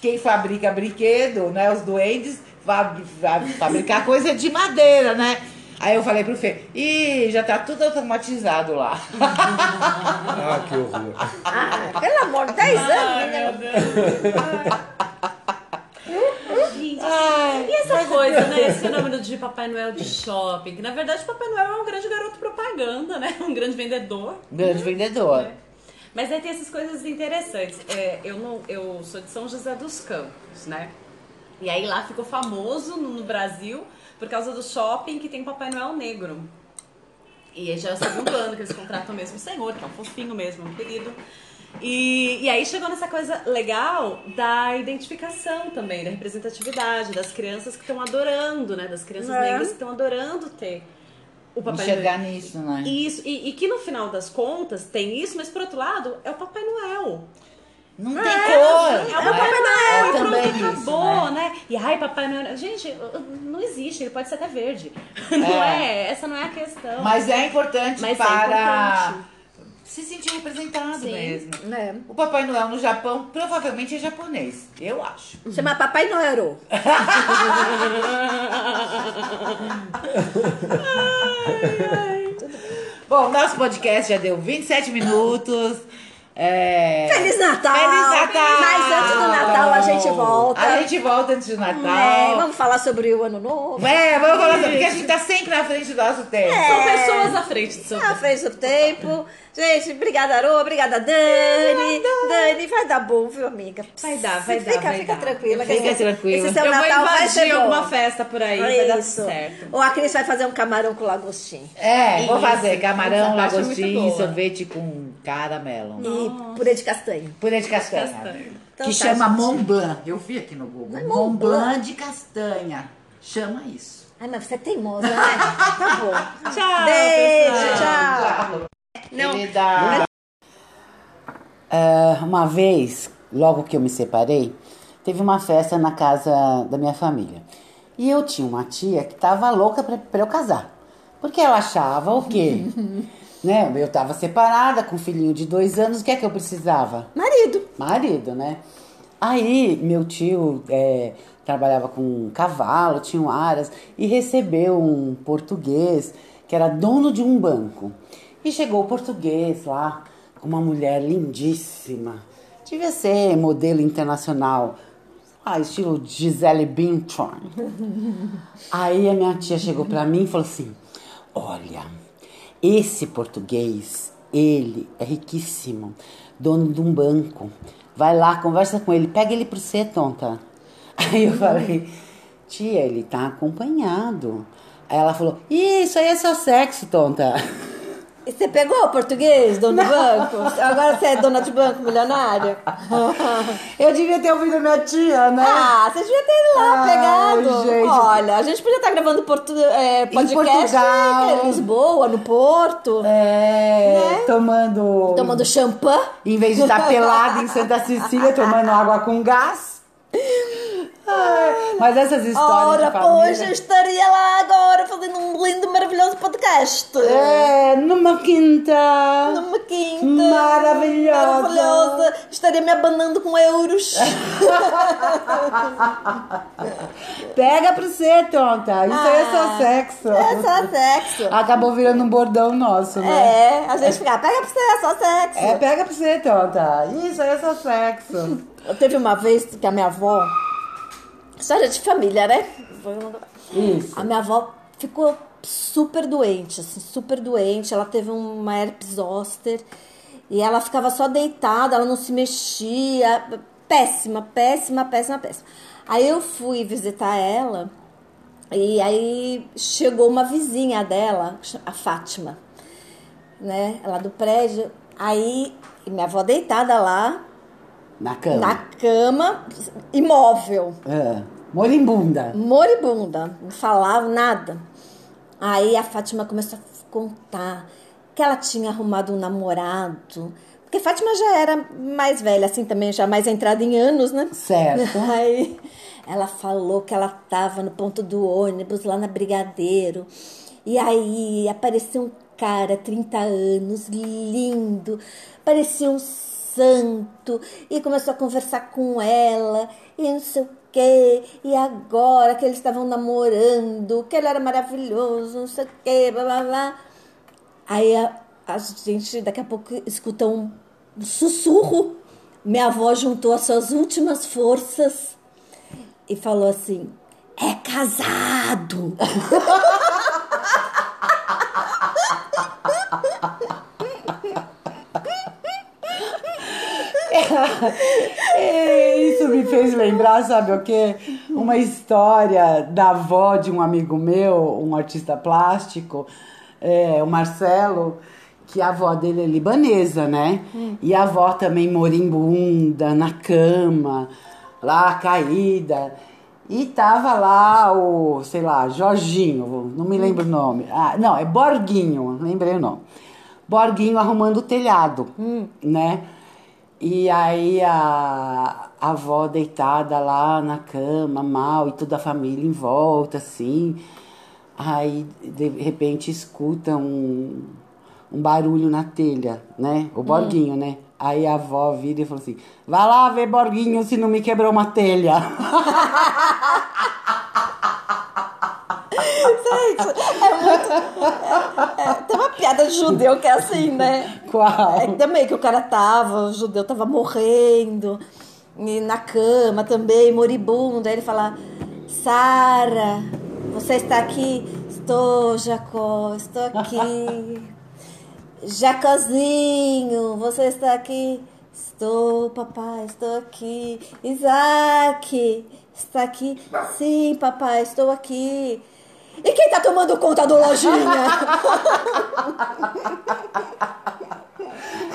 S4: quem fabrica brinquedo, né? Os duendes, fa- fa- fabricar
S1: Fabricar coisa de madeira, né? Aí eu falei pro Fê, ih, já tá tudo automatizado lá.
S3: Uhum.
S5: Ah, que horror.
S2: Pelo amor, 10 anos.
S3: Ai, meu Deus. Gente, assim, e essa coisa, né? Esse fenômeno de Papai Noel de shopping. Que, na verdade, Papai Noel é um grande garoto propaganda, né? *laughs* Um grande vendedor.
S1: Grande vendedor.
S3: Mas aí tem essas coisas interessantes. É, eu, não, eu sou de São José dos Campos, né? E aí lá ficou famoso no no Brasil por causa do shopping que tem Papai Noel Negro. E já é o segundo ano que eles contratam o mesmo senhor, que é um fofinho mesmo, um querido. E, e aí chegou nessa coisa legal da identificação também, da representatividade, das crianças que estão adorando, né? Das crianças
S2: É.
S3: negras que estão adorando ter o Papai Noel.
S1: Enxergar nisso, né?
S2: É.
S3: Isso, e, e que no final das contas tem isso, mas por outro lado é o Papai Noel.
S1: Não tem cor.
S3: É o
S1: né?
S3: Papai Noel,
S1: É
S3: e Tá pronto,
S1: também isso, né?
S3: acabou, né? E ai, Papai Noel. Gente, não existe, ele pode ser até verde. *laughs* Não é, essa não é a questão.
S1: Mas é importante
S3: Mas é
S1: para
S3: importante.
S1: se sentir representado
S3: Sim.
S1: mesmo.
S2: É.
S1: O Papai Noel no Japão provavelmente é japonês, eu acho.
S2: Chama Papai Noel.
S1: Bom, nosso podcast já deu 27 minutos. É...
S2: Feliz Natal.
S1: Feliz Natal!
S2: Mas antes do Natal a gente volta.
S1: A gente volta antes do
S2: É,
S1: Natal.
S2: vamos falar sobre o ano novo.
S1: É, vamos falar sobre porque a gente tá sempre na frente do nosso tempo.
S3: São pessoas à frente do seu.
S2: Já fez o tempo. Gente, obrigada, Arô. Obrigada, Dani. Dani, vai dar bom, viu, amiga?
S3: Vai dar, vai
S2: fica,
S3: dar, vai
S2: fica
S3: dar.
S2: tranquila. que
S1: Fica
S2: esse-
S1: tranquila.
S2: Esse seu
S3: Eu
S2: Natal
S3: vou
S2: vai ser
S3: invadir
S2: bom.
S3: alguma festa por aí, vai dar tudo
S2: Isso.
S3: certo.
S2: Ou a Cris vai fazer um camarão com lagostim.
S1: É, vou
S3: Isso,
S1: fazer
S3: essa
S1: camarão,
S3: parte é muito
S1: lagostim,
S3: boa.
S1: sorvete com caramelo.
S2: E purê de castanho.
S1: Purê é de castanha.
S3: Castanha.
S1: Que
S2: Então tá,
S1: chama
S2: gente.
S1: Mont Blanc. Eu vi aqui no Google.
S2: Mont
S1: Mont
S2: Blanc.
S1: Blanc de castanha. Chama isso.
S2: Ai, mas você é teimosa, né?
S3: *laughs*
S2: tá bom.
S3: Tchau,
S2: Beijo,
S3: pessoal.
S2: tchau.
S1: Não. Ah, uma vez, logo que eu me separei, teve uma festa na casa da minha família. E eu tinha uma tia que tava louca pra, pra eu casar. Porque ela achava o *laughs* quê? né? Eu tava separada, com um filhinho de dois anos, o que é que eu precisava?
S2: Marido.
S1: marido, né? Aí meu tio é, trabalhava com um cavalo, tinha aras, e recebeu um português que era dono de um banco. E chegou o português lá, com uma mulher lindíssima. Devia ser modelo internacional, ah, estilo Gisele Bündchen. Aí a minha tia chegou pra mim e falou assim: Olha, esse português, ele é riquíssimo, dono de um banco. Vai lá, conversa com ele, pega ele pro você, tonta. *laughs* Aí eu falei: Tia, ele tá acompanhado. Aí ela falou: "Ih, Isso aí é só sexo, tonta. *laughs*
S2: E você pegou o português, dono do banco? Agora você é dona de banco
S1: *laughs*
S2: milionária?
S1: Eu devia ter ouvido a minha tia, né?
S2: Ah, você devia ter ido lá
S1: Ai,
S2: pegado.
S1: gente.
S2: Olha, a gente podia estar gravando portu é, podcast
S1: Portugal.
S2: em Lisboa, no Porto,
S1: é,
S2: né?
S1: tomando.
S2: tomando champanhe.
S1: Em vez de estar pelada em Santa Cecília, tomando água com gás. Ai, Mas essas histórias
S2: Ora,
S1: de família...
S2: pois eu estaria lá agora fazendo um lindo, maravilhoso podcast.
S1: É, numa quinta...
S2: Numa quinta.
S1: Maravilhosa.
S2: Maravilhosa. Estaria me abanando com euros.
S1: *laughs* Pega pra você, tonta. Isso aí é só sexo.
S2: É só sexo.
S1: Acabou virando um bordão nosso, né?
S2: É, a gente fica, pega pra você, é só sexo.
S1: É, pega pra você, tonta. Isso aí é só sexo.
S2: Eu teve uma vez que a minha avó. História de família, né?
S1: Isso.
S2: A minha avó ficou super doente, assim, super doente. Ela teve uma herpes zoster e ela ficava só deitada, ela não se mexia. Péssima, péssima, péssima, péssima. Aí eu fui visitar ela e aí chegou uma vizinha dela, a Fátima né? Lá do prédio. Aí minha avó deitada lá,
S1: Na cama.
S2: na cama, imóvel,
S1: É. Morimbunda.
S2: moribunda, não falava nada. Aí a Fátima começou a contar que ela tinha arrumado um namorado. Porque Fátima já era mais velha, assim também, já mais entrada em anos, né?
S1: Certo.
S2: *laughs* Aí ela falou que ela tava no ponto do ônibus, lá na Brigadeiro. E aí apareceu um cara, 30 anos, lindo, parecia um santo, e começou a conversar com ela, e não sei o quê, e agora que eles estavam namorando, que ele era maravilhoso, não sei o quê, blá blá blá. Aí a, a gente daqui a pouco escuta um sussurro. Minha avó juntou as suas últimas forças e falou assim: É casado!
S1: É, Isso me fez lembrar, sabe o quê? Uma história da avó de um amigo meu, um artista plástico, é, o Marcelo, que a avó dele é libanesa, né? E a avó também morimbunda, na cama, lá caída. E tava lá o, sei lá, Jorginho, não me lembro o nome. Ah, não, é Borguinho, lembrei o nome. Borguinho arrumando o telhado, né? E aí a, a avó deitada lá na cama, mal, e toda a família em volta, assim. Aí, de repente, escuta um, um barulho na telha, né? O Borguinho, né? Aí a avó vira e fala assim, vai lá ver Borguinho se não me quebrou uma telha.
S2: É, Tem uma piada de judeu que é assim, né?
S1: Qual?
S2: É que também que o cara tava, o judeu tava morrendo, e na cama também, moribundo. Aí ele fala: Sara, você está aqui? Estou, Jacó, estou aqui. Jacozinho, você está aqui? Estou, papai, estou aqui. Isaac, está aqui? Sim, papai, estou aqui. E quem tá tomando conta do lojinha?
S1: *laughs*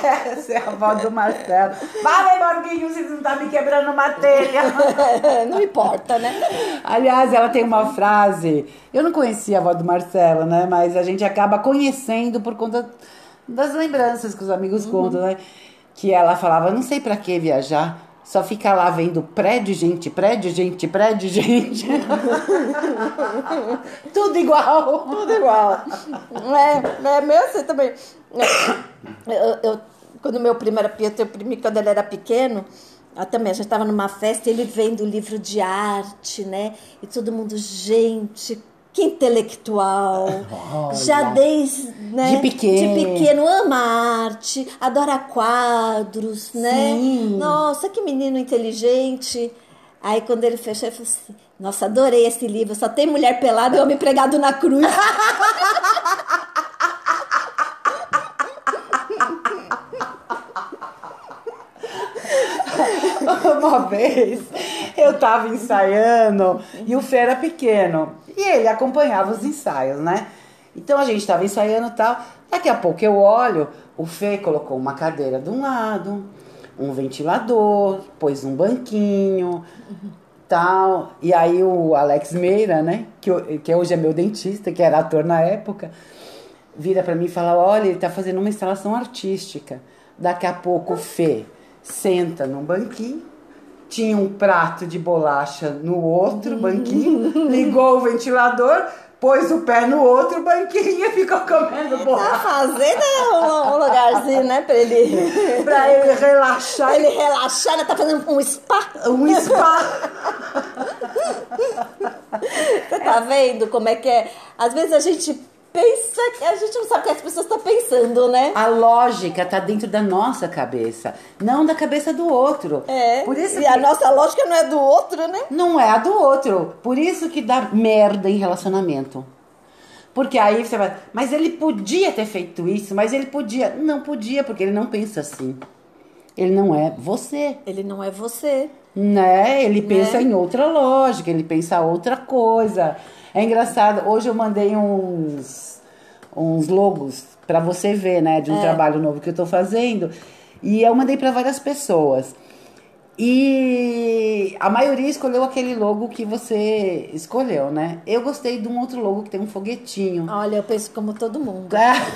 S1: Essa é a avó do Marcelo. Vai ver Borguinho se não tá me quebrando uma telha.
S2: *laughs* Não importa, né?
S1: Aliás, ela tem uma frase. Eu não conhecia a avó do Marcelo, né? Mas a gente acaba conhecendo por conta das lembranças que os amigos contam, né? Que ela falava: não sei pra que viajar, só ficar lá vendo prédio, gente, prédio, gente, prédio, gente. Tudo igual.
S2: Tudo igual. É, é meio assim também. Eu, eu- eu- quando meu primo era pequeno, teu primo, quando ele era pequeno, ah, também, a gente estava numa festa e ele vendo o livro de arte, né? E todo mundo, gente, que *laughs* intelectual. Já desde. Né,
S1: De pequeno.
S2: De pequeno, ama arte, adora quadros, né?
S1: Sim.
S2: Nossa, que menino inteligente. Aí quando ele fechou, ele falou assim: Nossa, adorei esse livro, só tem mulher pelada e homem pregado na cruz.
S1: *laughs* Uma vez eu tava ensaiando e o Fê era pequeno e ele acompanhava os ensaios, né? Então a gente tava ensaiando e tal. Daqui a pouco eu olho, o Fê colocou uma cadeira de um lado, um ventilador, pôs um banquinho, tal. E aí o Alex Meira, né? Que, ho- que hoje é meu dentista, que era ator na época, vira pra mim e fala: Olha, ele tá fazendo uma instalação artística. Daqui a pouco o Fê senta num banquinho tinha um prato de bolacha no outro banquinho, ligou o ventilador, pôs o pé no outro banquinho e ficou comendo
S2: A
S1: bolacha.
S2: fazenda é um, um lugarzinho, né, pra ele, *laughs*
S1: Pra ele relaxar,
S2: pra ele
S1: ele *laughs*
S2: relaxar, né? Tá fazendo um spa.
S1: um spa.
S2: Você tá vendo como é que é? Às vezes a gente pensa, que a gente não sabe o que as pessoas estão pensando, né?
S1: A lógica tá dentro da nossa cabeça, não da cabeça do outro.
S2: É.
S1: Ah, Por isso
S2: e
S1: que
S2: a nossa lógica não é do outro, né?
S1: não é a do outro. Por isso que dá merda em relacionamento. Porque aí você vai, mas ele podia ter feito isso, mas ele podia. Não podia, porque ele não pensa assim. Ele não é você,
S2: Ele não é você.
S1: né? Ele pensa em outra lógica, ele pensa outra coisa. É engraçado, hoje eu mandei uns uns logos pra você ver, né, de um trabalho novo que eu tô fazendo. E eu mandei pra várias pessoas. E a maioria escolheu aquele logo que você escolheu, né? Eu gostei de um outro logo que tem um foguetinho.
S2: Olha, eu penso como todo mundo.
S1: *laughs*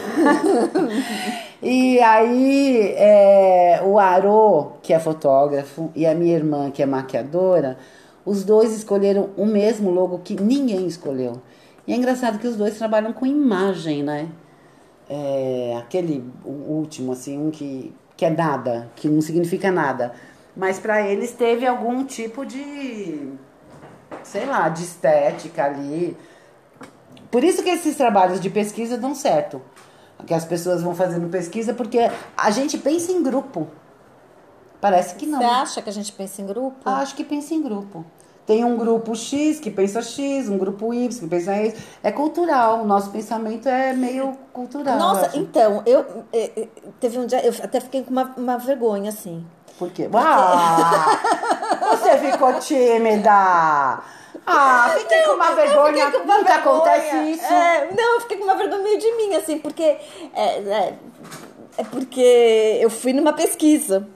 S1: e aí, é, o Arô, que é fotógrafo, e a minha irmã, que é maquiadora, os dois escolheram o mesmo logo que ninguém escolheu. E é engraçado que os dois trabalham com imagem, né? É, aquele o último, assim, um que, que é nada, que não significa nada. Mas para eles teve algum tipo de, sei lá, de estética ali. Por isso que esses trabalhos de pesquisa dão certo. Que as pessoas vão fazendo pesquisa, porque a gente pensa em grupo. Parece que não.
S2: Você acha que a gente pensa em grupo?
S1: Ah, Acho que pensa em grupo. Tem um grupo X que pensa X, um grupo Y que pensa Y. É cultural. O nosso pensamento é meio cultural. eu
S2: Nossa,
S1: acho.
S2: então, eu eh, eh, teve um dia, eu até fiquei com uma, uma vergonha, assim.
S1: Por quê? Ah, você ficou tímida. Ah, fiquei com uma vergonha.
S2: fiquei com uma
S1: Nunca
S2: vergonha.
S1: acontece isso.
S2: É, não, eu fiquei com uma vergonha meio de mim, assim, porque. É, é, é porque eu fui numa pesquisa.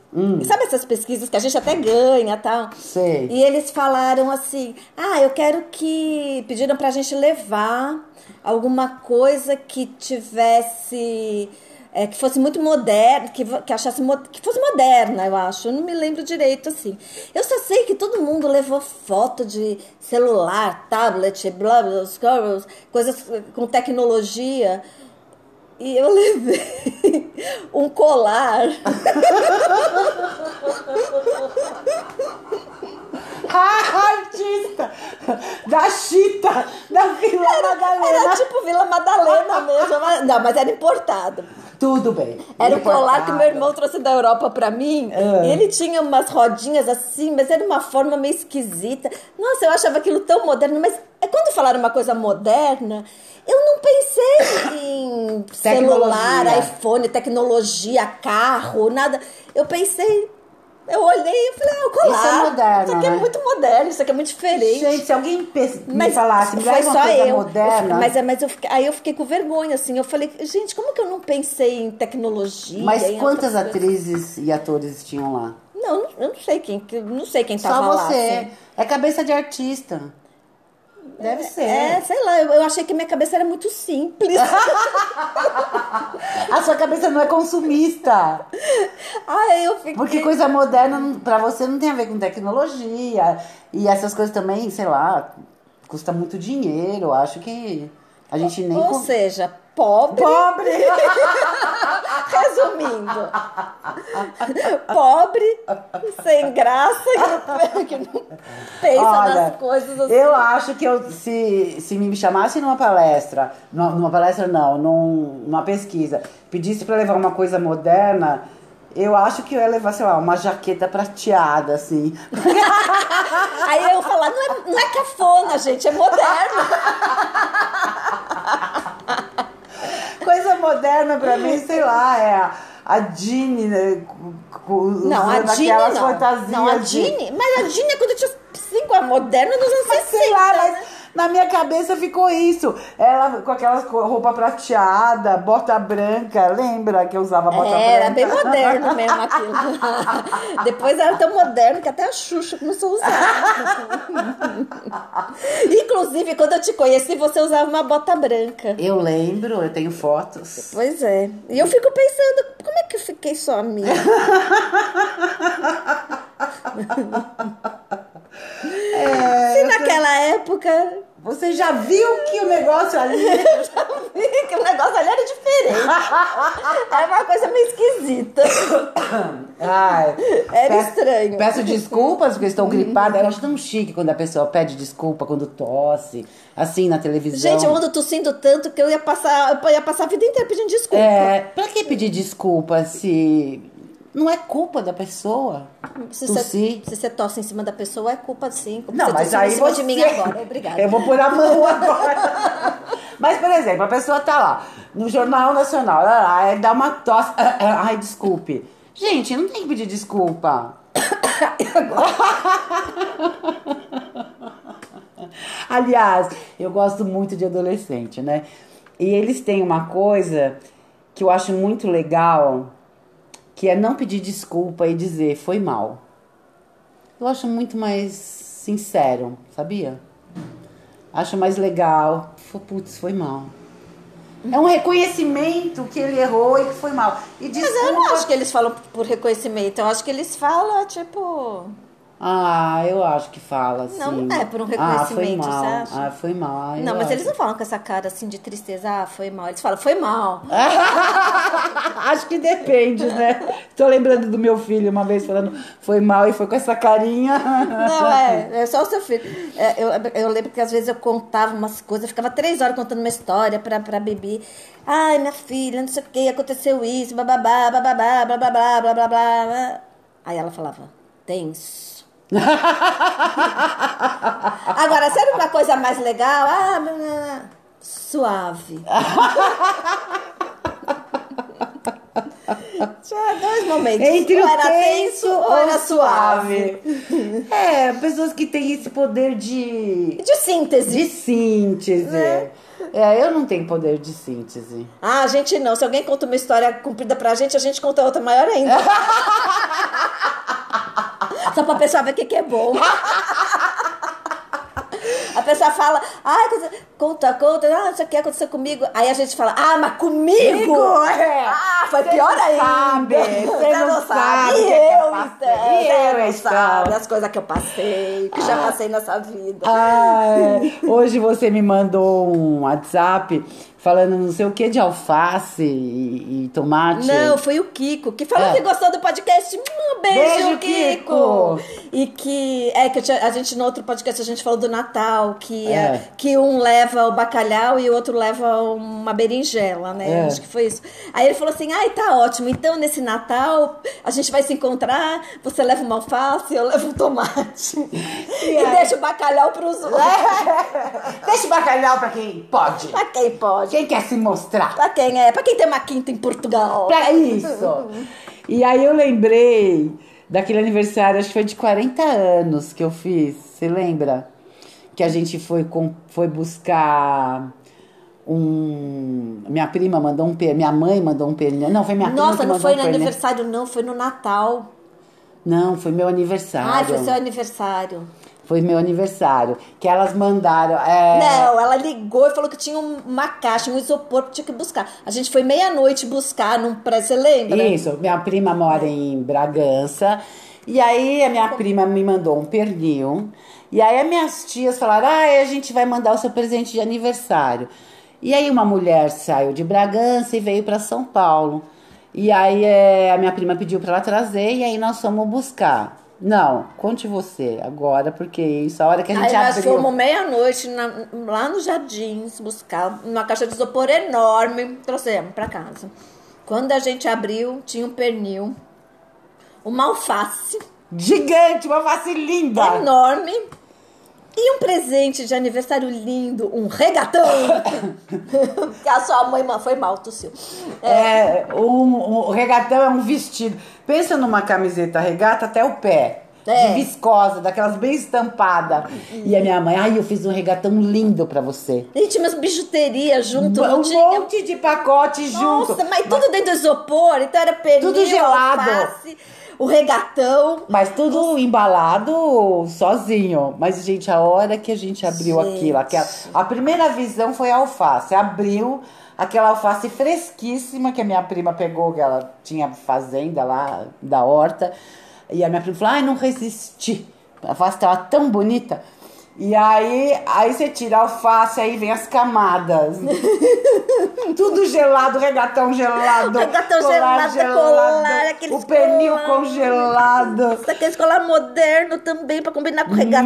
S2: E Sabe essas pesquisas que a gente até ganha e tal?
S1: Hum, Sei.
S2: E eles falaram assim: ah, eu quero que. Pediram pra gente levar alguma coisa que tivesse. é, que fosse muito moderna, que, vo- que achasse mo- que fosse moderna, eu acho. Eu não me lembro direito assim. Eu só sei que todo mundo levou foto de celular, tablet, blá, blá, blá, blá, coisas eh, com tecnologia. E eu levei *laughs* um colar.
S1: Ah, artista! Da Chita! Da Vila Madalena!
S2: Era tipo Vila Madalena mesmo. mas- Não, mas era importado.
S1: Tudo bem.
S2: Era um colar
S1: Importado.
S2: que meu irmão trouxe da Europa pra mim.
S1: Ah.
S2: E ele tinha umas rodinhas assim, mas era uma forma meio esquisita. Nossa, eu achava aquilo tão moderno, mas é quando falaram uma coisa moderna, eu não pensei
S1: *coughs*
S2: em celular,
S1: Tecnologia.
S2: iPhone, tecnologia, carro, nada. Eu pensei, eu olhei e falei, ah, o colar.
S1: Isso é moderno,
S2: Isso aqui é
S1: né?
S2: muito moderno, isso aqui é muito diferente.
S1: Gente, se alguém pes- me falasse, me
S2: foi
S1: leva uma
S2: só
S1: coisa
S2: eu.
S1: moderna.
S2: Eu- Mas, é- mas eu fiquei- aí eu fiquei com vergonha, assim. Eu falei, gente, como que eu não pensei em tecnologia?
S1: Mas
S2: em
S1: quantas
S2: é outras coisas?
S1: atrizes e atores tinham lá?
S2: Não, eu não sei quem, que- não sei quem
S1: Só
S2: tava lá.
S1: você.
S2: assim.
S1: É cabeça de artista. Deve ser.
S2: É, sei lá, eu, eu achei que minha cabeça era
S1: *laughs*
S2: muito simples. *laughs*
S1: A sua cabeça não é consumista.
S2: Ai, eu fiquei.
S1: Porque coisa moderna não- pra você não tem a ver com tecnologia. E essas coisas também, sei lá, custa muito dinheiro. Acho que a gente nem.
S2: Ou
S1: con-
S2: seja,
S1: *laughs*
S2: pobre.
S1: Pobre!
S2: Resumindo, *laughs* pobre, sem graça,
S1: *laughs*
S2: que não, que não pensa
S1: Olha,
S2: nas coisas assim.
S1: Eu acho que eu, se, se me chamasse numa palestra, numa, numa palestra não, num- numa pesquisa, pedisse pra levar uma coisa moderna, eu acho que eu ia levar, sei lá, uma jaqueta prateada, assim.
S2: Aí eu falar, não é, não é cafona,
S1: *laughs*
S2: gente, é moderno.
S1: Coisa moderna pra mim, sei lá, é a, a Jeanne, né? com- com-
S2: Não, a
S1: usando
S2: Dini
S1: aquelas é
S2: não.
S1: fantasias
S2: não, a
S1: de-
S2: Dini, mas a Dini é quando eu tinha cinco, é moderno dos anos 60.
S1: Sei lá,
S2: né?
S1: mas na minha cabeça ficou isso. Ela com aquelas co- roupa prateada, bota branca, lembra que eu usava bota branca?
S2: É, era bem moderno mesmo aquilo. *laughs* Depois era tão moderno que até a Xuxa começou a usar. *laughs* Inclusive, quando eu te conheci, você usava uma bota branca.
S1: Eu lembro, eu tenho fotos.
S2: Pois é. E eu
S1: *laughs*
S2: fico pensando, como é que eu fiquei só amiga?
S1: É, você já viu que o negócio ali.
S2: *laughs* que o negócio ali era diferente. Era uma coisa meio esquisita.
S1: *laughs* Ai,
S2: Era estranho. Uhum.
S1: Peço desculpas porque estou gripada. Eu acho tão chique quando a pessoa pede desculpa, quando tosse, assim na televisão.
S2: Gente, eu ando tossindo tanto que eu ia passar, eu ia passar a vida inteira pedindo desculpa.
S1: É, pra que pedir desculpa se não é culpa da pessoa?
S2: Se
S1: tossir.
S2: você, se você tosse em cima da pessoa, é culpa sim. Como
S1: Não,
S2: você
S1: mas
S2: tossiu
S1: aí
S2: em cima
S1: você...
S2: de mim agora. Obrigada.
S1: Eu vou pôr a mão agora. *laughs* mas, por exemplo, a pessoa tá lá no Jornal Nacional, lá, lá, aí dá uma tosse. Ah, Ai, desculpe. Gente, não tem que pedir desculpa. *coughs* Aliás, eu gosto muito de adolescente, né? E eles têm uma coisa que eu acho muito legal, que é não pedir desculpa e dizer foi mal. Eu acho muito mais sincero, sabia? Acho mais legal. Fô, Putz, foi mal. É um reconhecimento que ele errou e que foi mal. E
S2: Mas é- eu não
S1: desculpa.
S2: acho que eles falam por reconhecimento. Eu acho que eles falam, tipo.
S1: Ah, eu acho que fala assim.
S2: Não, é por um
S1: Ah, foi
S2: reconhecimento,
S1: mal.
S2: você acha?
S1: Ah, foi mal. Ah, eu
S2: não, mas
S1: acho.
S2: eles não falam com essa cara assim de tristeza. Ah, foi mal. Eles falam, foi mal.
S1: *laughs* Acho que depende, né? Tô lembrando do meu filho uma vez falando foi mal e foi com essa carinha. *laughs*
S2: Não, é, é só o seu filho. É, eu, eu lembro que às vezes eu contava umas coisas, eu ficava três horas contando uma história pra, pra Bibi. Ai, minha filha, não sei o que, aconteceu isso, bababá, bababá, blá blá blá blá blá blá. Aí ela falava,
S1: *laughs*
S2: tenso. Agora, sabe uma coisa mais legal? Ah, blá, blá, blá.
S1: *laughs*
S2: suave. Tinha dois momentos.
S1: Entre
S2: ou
S1: o
S2: era
S1: tenso ou
S2: era
S1: suave. É, pessoas que têm esse poder de
S2: De síntese.
S1: de síntese. É, eu não tenho poder de síntese.
S2: Ah, a gente não. Se alguém conta uma história cumprida pra gente, a gente conta outra maior ainda. *laughs* Só pra pessoa ver o que, que é bom. A pessoa fala, ah, coisa- conta, conta, ah, isso aqui aconteceu comigo. Aí a gente fala, ah, mas comigo?
S1: Comigo, é.
S2: Ah, foi
S1: Cê
S2: pior
S1: não
S2: ainda.
S1: sabe, cê
S2: Cê
S1: não sabe o
S2: E
S1: que é que eu
S2: eu,
S1: passei.
S2: então.
S1: E
S2: Cê
S1: eu,
S2: não
S1: então.
S2: sabe as coisas que eu passei, que já passei nessa vida.
S1: Ah, é. hoje você me mandou um WhatsApp falando não sei o que de alface e, e tomate.
S2: Não, foi o Kiko, que falou
S1: É.
S2: que gostou do podcast. Um beijo,
S1: Beijo,
S2: Kiko.
S1: Kiko.
S2: E que, é, que eu tinha- a gente, no outro podcast, a gente falou do Natal, que,
S1: É.
S2: é, que um leva o bacalhau e o outro leva uma berinjela, né?
S1: É.
S2: Acho que foi isso. Aí ele falou assim, ai, tá ótimo, então nesse Natal a gente vai se encontrar, você leva uma alface, eu levo um tomate.
S1: *laughs*
S2: E, deixa o bacalhau pros outros.
S1: *laughs* É. Deixa o bacalhau pra quem pode.
S2: *laughs* Pra quem pode.
S1: Quem quer se mostrar?
S2: Pra quem é? Pra quem tem uma quinta em Portugal.
S1: Pra isso. E aí eu lembrei daquele aniversário, acho que foi de 40 anos que eu fiz, você lembra? Que a gente foi, com, foi buscar um... Minha prima mandou um pernil, minha mãe mandou um pernil. Não, foi minha prima
S2: Nossa,
S1: que
S2: não
S1: mandou
S2: foi
S1: um
S2: no
S1: pernil.
S2: aniversário, não, foi no Natal.
S1: Não, foi meu aniversário.
S2: Ai, Ah, foi seu aniversário.
S1: Foi meu aniversário. Que elas mandaram. É...
S2: Não, ela ligou e falou que tinha um- uma caixa, um isopor que tinha que buscar. A gente foi meia-noite buscar num pré, você lembra?
S1: Isso, minha prima mora em Bragança. E aí a minha prima me mandou um pernil. E aí as minhas tias falaram: ah, a gente vai mandar o seu presente de aniversário. E aí uma mulher saiu de Bragança e veio para São Paulo. E aí eh, a minha prima pediu para ela trazer e aí nós fomos buscar. Não, conte você agora, porque isso, é a hora que a gente
S2: Aí nós
S1: abriu...
S2: fomos meia-noite na- lá nos Jardins buscar uma caixa de isopor enorme. Trouxemos pra casa. Quando a gente abriu, tinha um pernil, uma alface
S1: Gigante, uma face linda!
S2: É enorme e um presente de aniversário lindo, um
S1: *coughs*
S2: regatão. *laughs* que a sua mãe foi mal, tossiu.
S1: É, um, um regatão é um vestido. Pensa numa camiseta regata até o pé.
S2: É.
S1: De viscosa, daquelas bem estampada. E a minha mãe, ai, eu fiz um regatão lindo pra você.
S2: E tinha umas bijuterias junto, não
S1: um
S2: tinha?
S1: monte de pacote junto.
S2: Nossa, mas tudo dentro do isopor, então era pernil,
S1: Tudo gelado.
S2: alface, o regatão.
S1: Mas tudo embalado sozinho. Mas, gente, a hora que a gente abriu
S2: Gente.
S1: aquilo, aquela, a primeira visão foi a alface. Abriu aquela alface fresquíssima que a minha prima pegou, que ela tinha fazenda lá da horta. E a minha prima falou: ai, não resisti. A alface estava tão bonita. E aí, aí você tira a alface, aí vem as camadas.
S2: *laughs*
S1: Tudo gelado, regatão gelado.
S2: Regatão
S1: colar
S2: gelado, colar, aqueles
S1: o pernil
S2: colar.
S1: congelado.
S2: Isso aqui é escolar moderno também, pra combinar com regatão.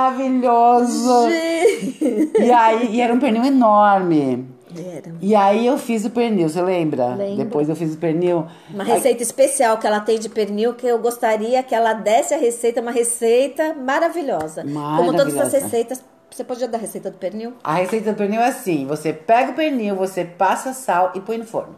S1: Maravilhoso.
S2: Gente.
S1: E aí, e era um pernil enorme.
S2: É, Era.
S1: E aí eu fiz o pernil, você lembra?
S2: Lembro.
S1: Depois eu fiz o pernil.
S2: Uma receita especial que ela tem de pernil, que eu gostaria que ela desse a receita, uma receita maravilhosa. Como todas as
S1: Maravilhosa.
S2: receitas, você podia dar a receita do pernil?
S1: A receita do pernil é assim: você pega o pernil, você passa sal e põe no forno.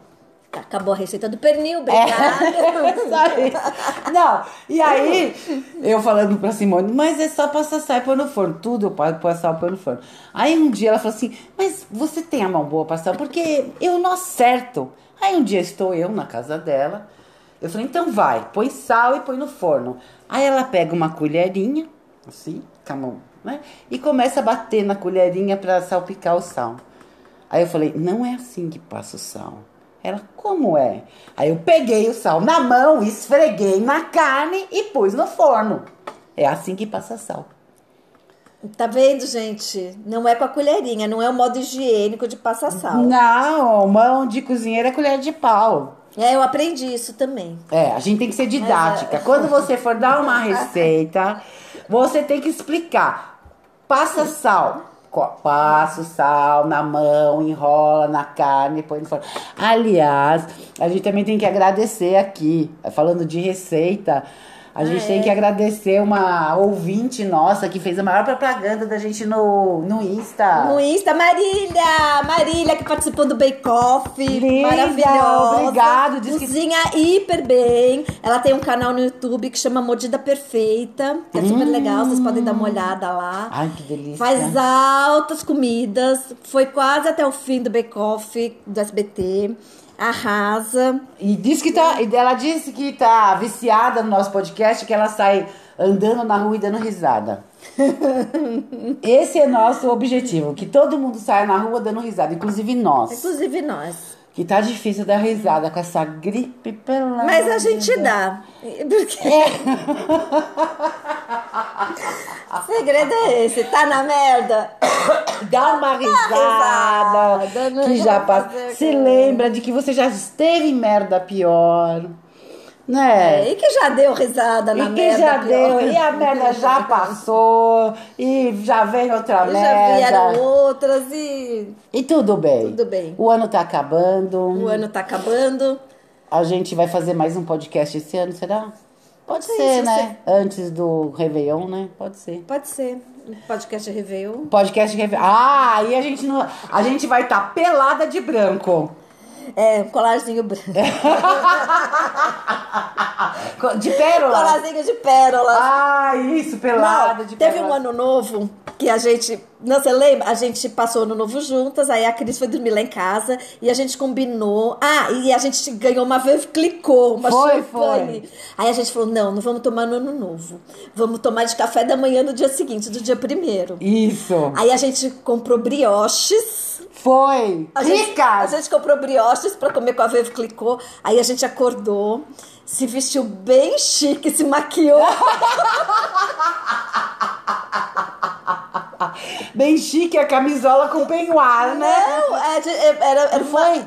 S2: Tá, acabou a receita do pernil, obrigada.
S1: É, *laughs* Isso aí. Não, e aí eu falando pra Simone, mas é só passar sal e pôr no forno. Tudo eu posso pôr sal e pôr no forno. Aí um dia ela falou assim, mas você tem a mão boa pra sal? Porque eu não acerto. Aí um dia estou eu na casa dela. Eu falei, então vai, põe sal e põe no forno. Aí ela pega uma colherinha, assim, com a mão, né? E começa a bater na colherinha pra salpicar o sal. Aí eu falei, não é assim que passa o sal. Ela, como é? Aí eu peguei o sal na mão, esfreguei na carne e pus no forno. É assim que passa sal.
S2: Tá vendo, gente? Não é com a colherinha, não é o modo higiênico de passar sal.
S1: Não, mão de cozinheira é colher de pau.
S2: É, eu aprendi isso também.
S1: É, a gente tem que ser
S2: é,
S1: didática. Quando você for dar uma receita, você tem que explicar. Passa sal. Co- Passa o sal na mão, enrola na carne, põe no forno. Aliás, a gente também tem que agradecer aqui, falando de receita, a
S2: É.
S1: gente tem que agradecer uma ouvinte nossa que fez a maior propaganda da gente no, no Insta.
S2: No Insta, Marília! Marília que participou do Bake Off.
S1: Linda,
S2: maravilhosa.
S1: obrigado, diz que-
S2: Cozinha hiper bem. Ela tem um canal no YouTube que chama Mordida Perfeita. Que é super legal, vocês podem dar uma olhada lá.
S1: Ai, que Hum. Ah, delícia.
S2: Faz altas comidas. Foi quase até o fim do Bake Off do SBT. Arrasa.
S1: E diz que tá, e ela disse que tá viciada no nosso podcast, que ela sai andando na rua e dando
S2: *laughs*
S1: risada. Esse é nosso objetivo, que todo mundo saia na rua dando risada, inclusive nós.
S2: Inclusive nós.
S1: Que tá difícil dar risada com essa gripe pela.
S2: Mas a gente dá. Porque... o *laughs* segredo é esse. Tá na merda?
S1: dá uma
S2: Dá
S1: risada,
S2: risada, não
S1: que já
S2: vou fazer
S1: passa.
S2: aquilo.
S1: Se lembra de que você já esteve em merda pior, né?
S2: E que já deu risada na
S1: E
S2: merda.
S1: que já
S2: pior.
S1: deu, e
S2: *laughs*
S1: a merda já passou, e já vem outra
S2: E Já vieram
S1: merda.
S2: outras e
S1: E tudo bem.
S2: Tudo bem.
S1: O ano tá acabando.
S2: o ano tá acabando.
S1: A gente vai fazer mais um podcast esse ano, será? Pode
S2: Sim,
S1: ser,
S2: se
S1: né? Antes do Réveillon, né? Pode ser.
S2: Pode ser. O podcast Réveillon.
S1: Podcast Réveillon. Ah, aí a gente não. A gente vai estar pelada de branco. *laughs*
S2: É, um colarzinho branco.
S1: É. De pérola.
S2: colarzinho de pérola.
S1: Ah, isso, pelada
S2: Não,
S1: de
S2: teve
S1: pérola.
S2: um ano novo que a gente. Não, você lembra? A gente passou o ano novo juntas, aí a Cris foi dormir lá em casa e a gente combinou. Ah, e a gente ganhou uma vez, clicou, uma
S1: Foi,
S2: champanhe. Aí a gente falou: não, não vamos tomar no ano novo. Vamos tomar de café da manhã no dia seguinte, do dia primeiro.
S1: Isso.
S2: Aí a gente comprou brioches.
S1: Foi.
S2: A gente, a
S1: Ricas.
S2: gente comprou brioches pra comer com a Vevo Clicou. Aí a gente acordou, se vestiu bem chique, se maquiou.
S1: Bem chique a camisola com penhoar, né?
S2: Não, é de- é- era, era
S1: Não
S2: uma-
S1: foi?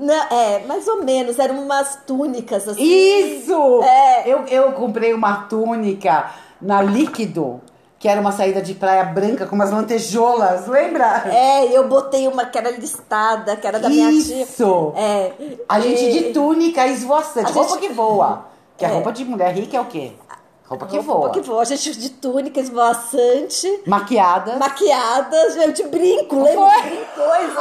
S2: Não, é, mais ou menos, eram umas túnicas assim.
S1: Isso!
S2: É.
S1: Eu, eu comprei uma túnica na líquido, que era uma saída de praia branca com umas lantejoulas, lembra?
S2: É, e eu botei uma que era listada, que era É, da minha tia.
S1: Isso!
S2: É.
S1: A gente de túnica esvoaçante,
S2: A
S1: roupa
S2: gente-
S1: que voa. Que a
S2: É.
S1: roupa de mulher rica é o quê? Roupa que voa.
S2: Que voa. A gente de túnica esvoaçante,
S1: Maquiada. *laughs*
S2: maquiada, eu de brinco, lembra? De brincões.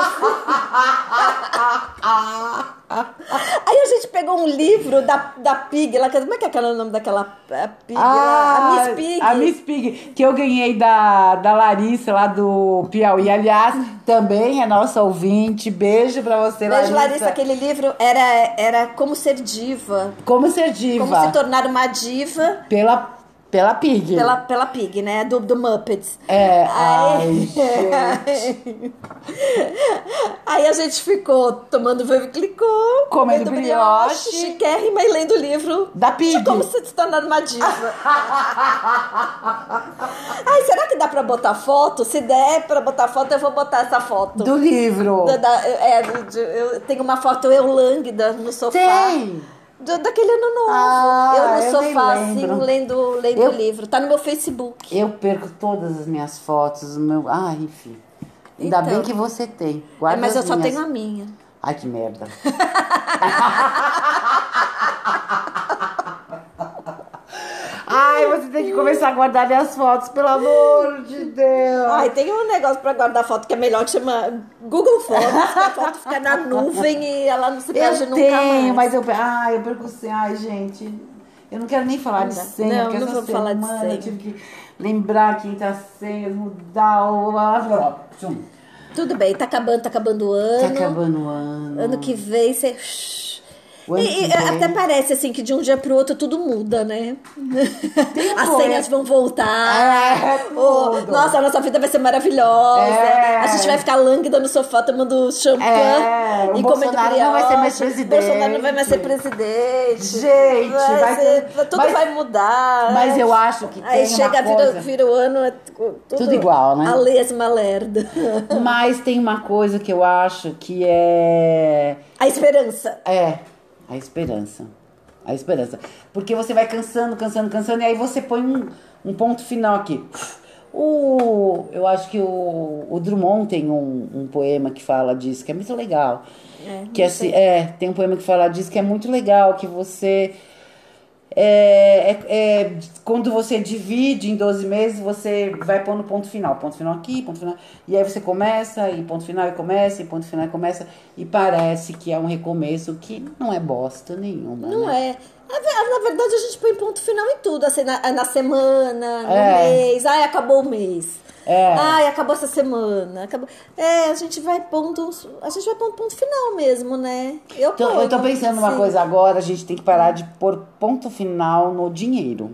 S2: Ah, Aí a gente pegou um livro da, da Pig, lá, que- como é que é aquela- o nome daquela a Pig lá? A Miss Pig.
S1: Ah, a Miss Pig, que eu ganhei da, da Larissa lá do Piauí. Aliás, também é nossa ouvinte. Beijo pra você,
S2: Beijo,
S1: Larissa.
S2: Larissa, aquele livro era, era como ser diva.
S1: Como ser diva.
S2: Como se tornar uma diva
S1: Pela Pela Pig.
S2: Pela, pela Pig, né? Do, do Muppets.
S1: É,
S2: Aí-
S1: ai,
S2: *laughs* Aí a gente ficou tomando vermiclicô,
S1: Comendo brioche.
S2: chiquérrima e lendo o livro
S1: Da Pig.
S2: de como se tornar
S1: *laughs*
S2: uma diva. Ai, será que dá pra botar foto? Se der pra botar foto, eu vou botar essa foto.
S1: Do livro.
S2: Da- da- é, de- eu tenho uma foto eu lânguida no sofá.
S1: Tem.
S2: Do- daquele ano novo.
S1: Ah,
S2: eu no
S1: eu nem
S2: sofá, assim,
S1: lembro.
S2: lendo, lendo
S1: Eu-
S2: o livro. Tá no meu Facebook.
S1: Eu perco todas as minhas fotos, o meu. Ah, enfim. Ainda
S2: Então.
S1: bem que você tem.
S2: É,
S1: Guarda
S2: mas eu
S1: as
S2: só
S1: minhas.
S2: tenho a minha.
S1: Ai, que merda. *laughs* Ai, você tem que começar a guardar minhas fotos, pelo amor de Deus.
S2: Ai, tem um negócio pra guardar foto que é melhor que chama Google Fotos, que a foto fica na nuvem e ela não se perde
S1: eu
S2: nunca
S1: tenho,
S2: mais.
S1: mas eu, pe- ai, eu perco sem. Ai, gente, eu não quero nem falar de
S2: Não dá.
S1: senha,
S2: Não,
S1: porque
S2: não
S1: essa
S2: vou falar de
S1: semana eu
S2: senha.
S1: tive que lembrar quem tá senha, mudar o. blá, blá, blá. Tchum.
S2: Tudo bem, tá acabando, tá acabando o
S1: Tá
S2: ano.
S1: acabando o ano.
S2: Ano que vem você.
S1: O ano
S2: E-
S1: que
S2: e
S1: vem.
S2: até parece assim que de um dia pro outro tudo muda, né? As
S1: coisa.
S2: senhas vão voltar.
S1: É,
S2: Oh,
S1: tudo.
S2: nossa, a nossa vida vai ser maravilhosa.
S1: É.
S2: A gente vai ficar lânguida no sofá tomando champanhe
S1: É, o
S2: e comendo
S1: Bolsonaro não vai ser mais
S2: brioche.
S1: presidente.
S2: Bolsonaro não vai mais ser presidente.
S1: Gente, vai ter-
S2: Tudo
S1: mas-
S2: vai mudar.
S1: mas eu acho que tem
S2: Aí
S1: uma
S2: chega, vira,
S1: coisa-
S2: vira o ano, é tudo,
S1: Tudo igual, né?
S2: A lesma lerda.
S1: Mas tem uma coisa que eu acho que é.
S2: A esperança.
S1: É, a esperança. A esperança. Porque você vai cansando, cansando, cansando, e aí você põe um, um ponto final aqui. O, eu acho que o, o Drummond tem um, um poema que fala disso, que é muito legal.
S2: É,
S1: que assim, é, tem um poema que fala disso, que é muito legal, que você. É, é- é, quando você divide em 12 meses, você vai pondo ponto final. Ponto final aqui, ponto final. E aí você começa, e ponto final e começa, e ponto final e começa. E parece que é um recomeço que não é bosta nenhuma.
S2: Não
S1: né?
S2: é. Na ve- Na verdade, a gente põe ponto final em tudo, assim, na, na semana, no
S1: É.
S2: mês. Ai, acabou o mês.
S1: É.
S2: Ai, acabou essa semana. Acabou. É, a gente vai pondo. uns- A gente vai pondo ponto final mesmo, né? Eu,
S1: Então, eu tô
S2: ponho,
S1: pensando uma
S2: sim.
S1: coisa agora, a gente tem que parar de pôr ponto final no dinheiro.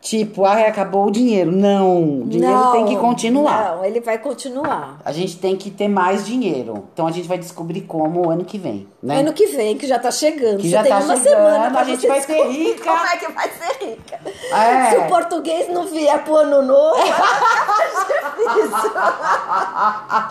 S1: Tipo, ah, acabou o dinheiro. Não, o dinheiro
S2: Não,
S1: tem que continuar.
S2: Não, ele vai continuar.
S1: A gente tem que ter mais dinheiro. Então a gente vai descobrir como o ano que vem, né?
S2: Ano que vem, que já tá chegando.
S1: Que
S2: Você
S1: já
S2: tem
S1: tá
S2: uma
S1: chegando,
S2: semana pra
S1: a gente
S2: você
S1: vai ser
S2: descobrir
S1: rica.
S2: Como é que vai ser rica?
S1: É.
S2: Se o português não vier pro ano novo, *laughs* é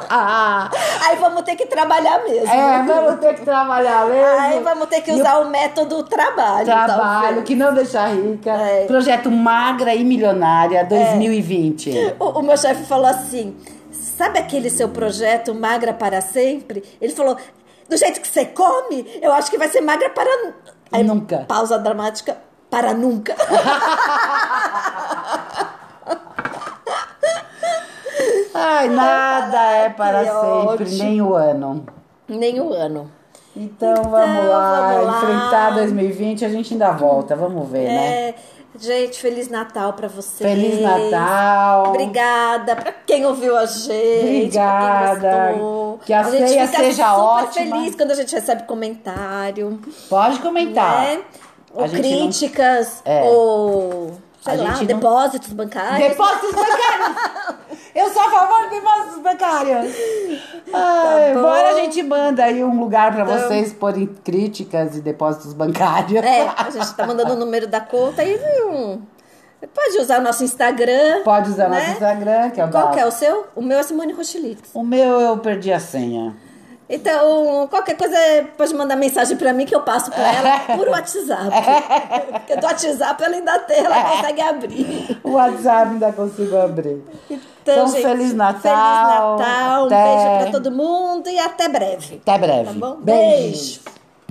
S1: Ah,
S2: aí vamos ter que trabalhar mesmo.
S1: é, vamos ter que trabalhar mesmo.
S2: Aí vamos ter que
S1: E o
S2: usar o método trabalho.
S1: Trabalho
S2: talvez.
S1: que não deixa rica.
S2: tá É.
S1: Projeto Magra e Milionária 2020.
S2: O, o meu chefe falou assim: sabe aquele seu projeto magra para sempre? Ele falou: do jeito que você come, eu acho que vai ser magra para. nu-" Aí,
S1: Nunca.
S2: Pausa dramática.
S1: *laughs*
S2: Para nunca.
S1: Ai, nada é para
S2: que
S1: sempre,
S2: ótimo.
S1: nem o ano.
S2: Nem
S1: um
S2: o ano.
S1: Então, vamos lá,
S2: vamos lá.
S1: enfrentar 2020, a gente ainda volta, vamos ver, né?
S2: É, gente, Feliz Natal para vocês.
S1: Feliz Natal.
S2: Obrigada para quem ouviu a gente. pra
S1: Obrigada.
S2: Quem gostou.
S1: Que a ceia seja
S2: super
S1: ótima.
S2: feliz quando a gente recebe comentário.
S1: Pode comentar.
S2: né? Ou
S1: Tá. A gente não-
S2: críticas,
S1: É.
S2: ou sei
S1: A
S2: lá,
S1: gente não- *laughs*
S2: depósitos bancários.
S1: Depósitos bancários! Eu sou a favor de depósitos bancários! Ai,
S2: Tá bom. Então.
S1: bora a gente manda aí um lugar pra vocês porem críticas e depósitos bancários.
S2: É, a gente tá mandando o número da conta e hum, pode usar o nosso Instagram.
S1: Pode usar
S2: né?
S1: nosso Instagram, que é o
S2: Qual
S1: da-
S2: que é o seu? O meu é Simone Rochilitz.
S1: O meu eu perdi a senha.
S2: Então, qualquer coisa, pode mandar mensagem pra mim que eu passo pra ela por
S1: *laughs*
S2: WhatsApp.
S1: É.
S2: Porque do WhatsApp ela ainda tem, ela consegue abrir.
S1: O WhatsApp ainda consigo abrir. Então,
S2: gente,
S1: Feliz Natal!
S2: Feliz Natal, um
S1: Até-
S2: beijo pra todo mundo e até breve.
S1: Até breve.
S2: Tá bom?
S1: Beijos.
S2: Beijo.